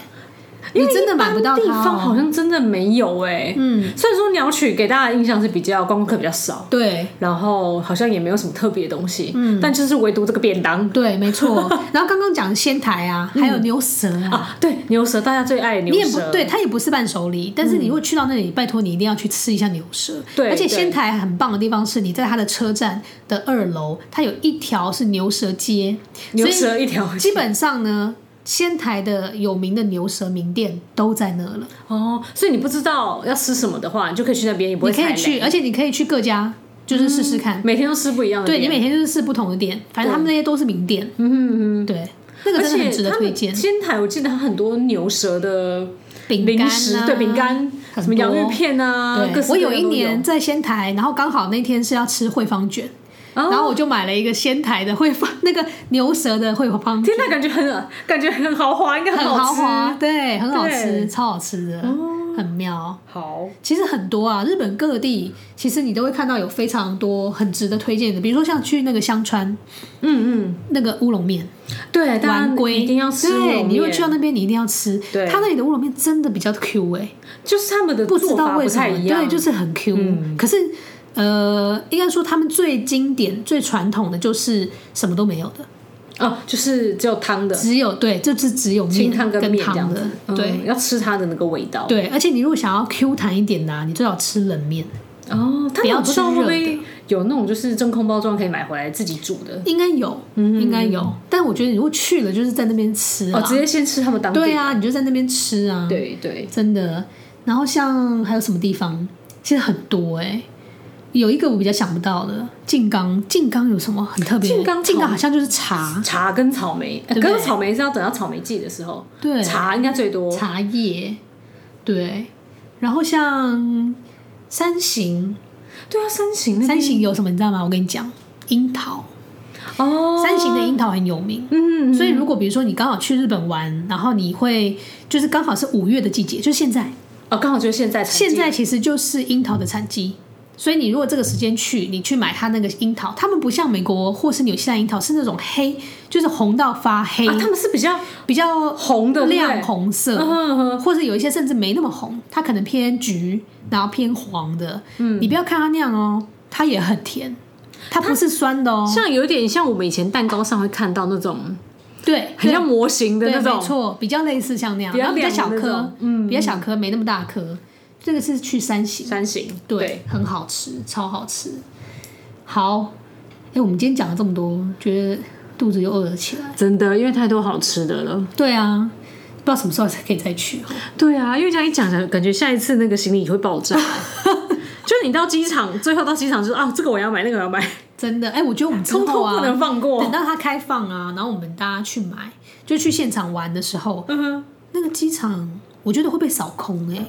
Speaker 1: 你真的买不到它、
Speaker 2: 地方好
Speaker 1: 哦，
Speaker 2: 像真的没有哎，嗯，虽然说鸟取给大家的印象是比较观光客比较少，
Speaker 1: 对。
Speaker 2: 然后好像也没有什么特别的东西，嗯，但就是唯独这个便当
Speaker 1: 对，没 错。然后刚刚讲的仙台啊，还有牛舌啊，
Speaker 2: 嗯啊，对牛舌大家最爱的牛
Speaker 1: 你也不
Speaker 2: 舌，嗯
Speaker 1: 对，它也不是伴手礼，但是你如果去到那里，拜托你一定要去吃一下牛舌。
Speaker 2: 对
Speaker 1: 而且
Speaker 2: 对
Speaker 1: 仙台很棒的地方是，你在它的车站的二楼，它有一条是牛舌街，
Speaker 2: 牛
Speaker 1: 所
Speaker 2: 舌一条
Speaker 1: 以基本上呢，仙台的有名的牛舌名店都在那了，
Speaker 2: 哦，所以你不知道要吃什么的话，你就可以去那边，也不
Speaker 1: 你
Speaker 2: 会
Speaker 1: 可
Speaker 2: 踩
Speaker 1: 以
Speaker 2: 雷嗯
Speaker 1: 去，，而且你可以去各家，就是试试看。
Speaker 2: 每天都吃不一样的
Speaker 1: 对
Speaker 2: 店，
Speaker 1: 你每天就是试不同的店，反正他们那些都是名店。嗯嗯，对，那个
Speaker 2: 而
Speaker 1: 真的
Speaker 2: 且
Speaker 1: 很值得
Speaker 2: 他
Speaker 1: 推
Speaker 2: 们
Speaker 1: 荐。
Speaker 2: 仙台我记得它很多牛舌的
Speaker 1: 饼干
Speaker 2: 零
Speaker 1: 啊
Speaker 2: 食，对饼干，
Speaker 1: 很
Speaker 2: 什么洋芋
Speaker 1: 多
Speaker 2: 片啊，各
Speaker 1: 对，
Speaker 2: 式
Speaker 1: 我
Speaker 2: 各
Speaker 1: 有
Speaker 2: 样
Speaker 1: 一
Speaker 2: 都
Speaker 1: 年，在仙台，然后刚好那天是要吃惠方卷，
Speaker 2: 哦
Speaker 1: 然后我就买了一个仙台的惠方那个牛舌的惠方卷，
Speaker 2: 天呐，感觉很感觉很豪华，应该
Speaker 1: 很
Speaker 2: 好
Speaker 1: 豪
Speaker 2: 吃。
Speaker 1: 华，对，很好吃，
Speaker 2: 对哦
Speaker 1: 超好吃的，很妙。
Speaker 2: 好，
Speaker 1: 其实很多啊，日本各地其实你都会看到有非常多很值得推荐的，比如说像去那个香川
Speaker 2: 嗯嗯，
Speaker 1: 那个乌龙面，
Speaker 2: 对，大
Speaker 1: 丸
Speaker 2: 家
Speaker 1: 龟
Speaker 2: 一定要吃乌
Speaker 1: 对，
Speaker 2: 龙
Speaker 1: 你如果去到
Speaker 2: 面，
Speaker 1: 那边你一定要吃，
Speaker 2: 对
Speaker 1: 它那里的乌龙面真的比较 Q 哎、
Speaker 2: 就是他们的
Speaker 1: 不知
Speaker 2: 做
Speaker 1: 道
Speaker 2: 法
Speaker 1: 为
Speaker 2: 不
Speaker 1: 什
Speaker 2: 太
Speaker 1: 么，
Speaker 2: 一样，
Speaker 1: 对，就是很 Q、可是呃，应该说他们最经典、最传统的就是什么都没有的，
Speaker 2: 哦，就是只有汤的
Speaker 1: 只有对，就是只有
Speaker 2: 清
Speaker 1: 面
Speaker 2: 汤跟面这
Speaker 1: 嗯汤
Speaker 2: 样
Speaker 1: 的
Speaker 2: 子，，
Speaker 1: 对、
Speaker 2: 嗯，要吃它的那个味道。
Speaker 1: 对。而且你如果想要 Q 弹一点的、啊，你最好吃冷面，
Speaker 2: 哦，他
Speaker 1: 不要
Speaker 2: 们不知道
Speaker 1: 吃
Speaker 2: 会不
Speaker 1: 热
Speaker 2: 会有那种就是真空包装可以买回来自己煮的？
Speaker 1: 应该有，应该有。但我觉得你如果去了，就是在那边吃啊、
Speaker 2: 嗯哦，直接先吃他们当地。
Speaker 1: 对啊，你就在那边吃啊，，
Speaker 2: 对对，
Speaker 1: 真的。然后像还有什么地方，其实很多哎、有一个我比较想不到的，静冈，静冈有什么很特别的？
Speaker 2: 静冈草
Speaker 1: 静冈好像就是茶，
Speaker 2: 茶跟草莓，呃
Speaker 1: 对不
Speaker 2: 可
Speaker 1: 对
Speaker 2: 是草莓是要等到草莓季的时候，
Speaker 1: 对，
Speaker 2: 茶应该最多。
Speaker 1: 茶叶，对。然后像山形，
Speaker 2: 对啊，三型那边
Speaker 1: 山形有什么你知道吗？我跟你讲，樱桃，
Speaker 2: 哦，
Speaker 1: 山形的樱桃很有名。
Speaker 2: 嗯，
Speaker 1: 所以如果比如说你刚好去日本玩，然后你会就是刚好是五月的季节，就现在，
Speaker 2: 哦，刚好就是现在产季
Speaker 1: 现在其实就是樱桃的产季。所以你如果这个时间去，你去买它那个樱桃，它们不像美国或是纽西兰樱桃是那种黑，就是红到发黑，
Speaker 2: 啊，他们是比较
Speaker 1: 比较
Speaker 2: 红的
Speaker 1: 亮，红色，哦
Speaker 2: 对不对嗯嗯嗯
Speaker 1: 或者有一些甚至没那么红，它可能偏橘，然后偏黄的。嗯，你不要看它那样哦，它也很甜，它不是酸的哦。
Speaker 2: 像有点像我们以前蛋糕上会看到那种
Speaker 1: 对，
Speaker 2: 很像模型的
Speaker 1: 对，
Speaker 2: 那
Speaker 1: 对
Speaker 2: 种
Speaker 1: 没，错，比较类似像那样，
Speaker 2: 比较
Speaker 1: 然后比较
Speaker 2: 亮
Speaker 1: 小
Speaker 2: 的那
Speaker 1: 颗
Speaker 2: 种，嗯
Speaker 1: 比较小颗，没那么大颗。这个是去山形，
Speaker 2: 三型，
Speaker 1: 对，很好吃，超好吃。好，哎，我们今天讲了这么多，觉得肚子又饿了起来。
Speaker 2: 真的，因为太多好吃的了。
Speaker 1: 对啊，不知道什么时候才可以再去哦。
Speaker 2: 对啊，因为这样一讲讲，感觉下一次 那个行李会爆炸。就是你到机场，最后到机场就是啊，这个我要买，那个我要买，
Speaker 1: 真的，哎、我觉得我们之
Speaker 2: 通
Speaker 1: 后
Speaker 2: 通
Speaker 1: 啊，
Speaker 2: 不能放过。
Speaker 1: 等到它开放啊，然后我们大家去买，就去现场玩的时候，
Speaker 2: 嗯哼，
Speaker 1: 那个机场我觉得会被扫空哎、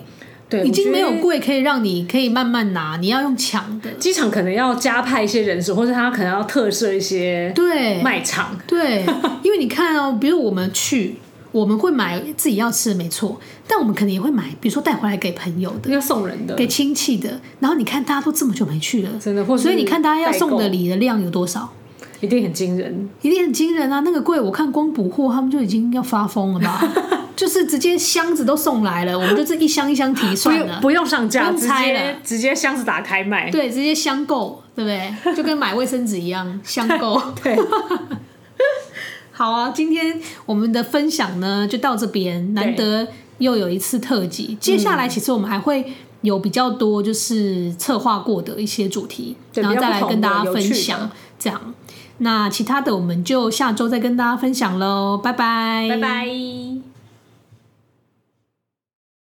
Speaker 2: 对，
Speaker 1: 已经没
Speaker 2: 我
Speaker 1: 有
Speaker 2: 觉得
Speaker 1: 柜可以让你可以慢慢拿，你要用抢的，
Speaker 2: 机场可能要加派一些人手，或者他可能要特设一些
Speaker 1: 对，
Speaker 2: 卖场。
Speaker 1: 对，因为你看哦，比如我们去，我们会买自己要吃的，没错，但我们可能也会买，比如说带回来给朋友的、
Speaker 2: 要送人的，
Speaker 1: 给亲戚的。然后你看大家都这么久没去了，
Speaker 2: 真的，或是
Speaker 1: 所以你看大家要送的
Speaker 2: 代
Speaker 1: 礼的量有多少，
Speaker 2: 购一定很惊人。
Speaker 1: 一定很惊人啊！那个柜我看光补货他们就已经要发疯了吧， 就是直接箱子都送来了，我们就这一箱一箱提
Speaker 2: 不
Speaker 1: 算
Speaker 2: 用
Speaker 1: 了。
Speaker 2: 不用上架，
Speaker 1: 不用
Speaker 2: 直
Speaker 1: 猜
Speaker 2: 接
Speaker 1: 了
Speaker 2: 直接箱子打开卖。
Speaker 1: 对，直接箱购，对不对？就跟买卫生纸一样，箱购。
Speaker 2: 对，
Speaker 1: 好啊，今天我们的分享呢就到这边，难得又有一次特辑。接下来其实我们还会有比较多就是策划过的一些主题，
Speaker 2: 对
Speaker 1: 然后
Speaker 2: 比较
Speaker 1: 再
Speaker 2: 不
Speaker 1: 来
Speaker 2: 同
Speaker 1: 跟
Speaker 2: 的
Speaker 1: 大家
Speaker 2: 有
Speaker 1: 分
Speaker 2: 趣的
Speaker 1: 享。这 样，那其他的我们就下周再跟大家分享喽，拜拜，
Speaker 2: 拜。拜。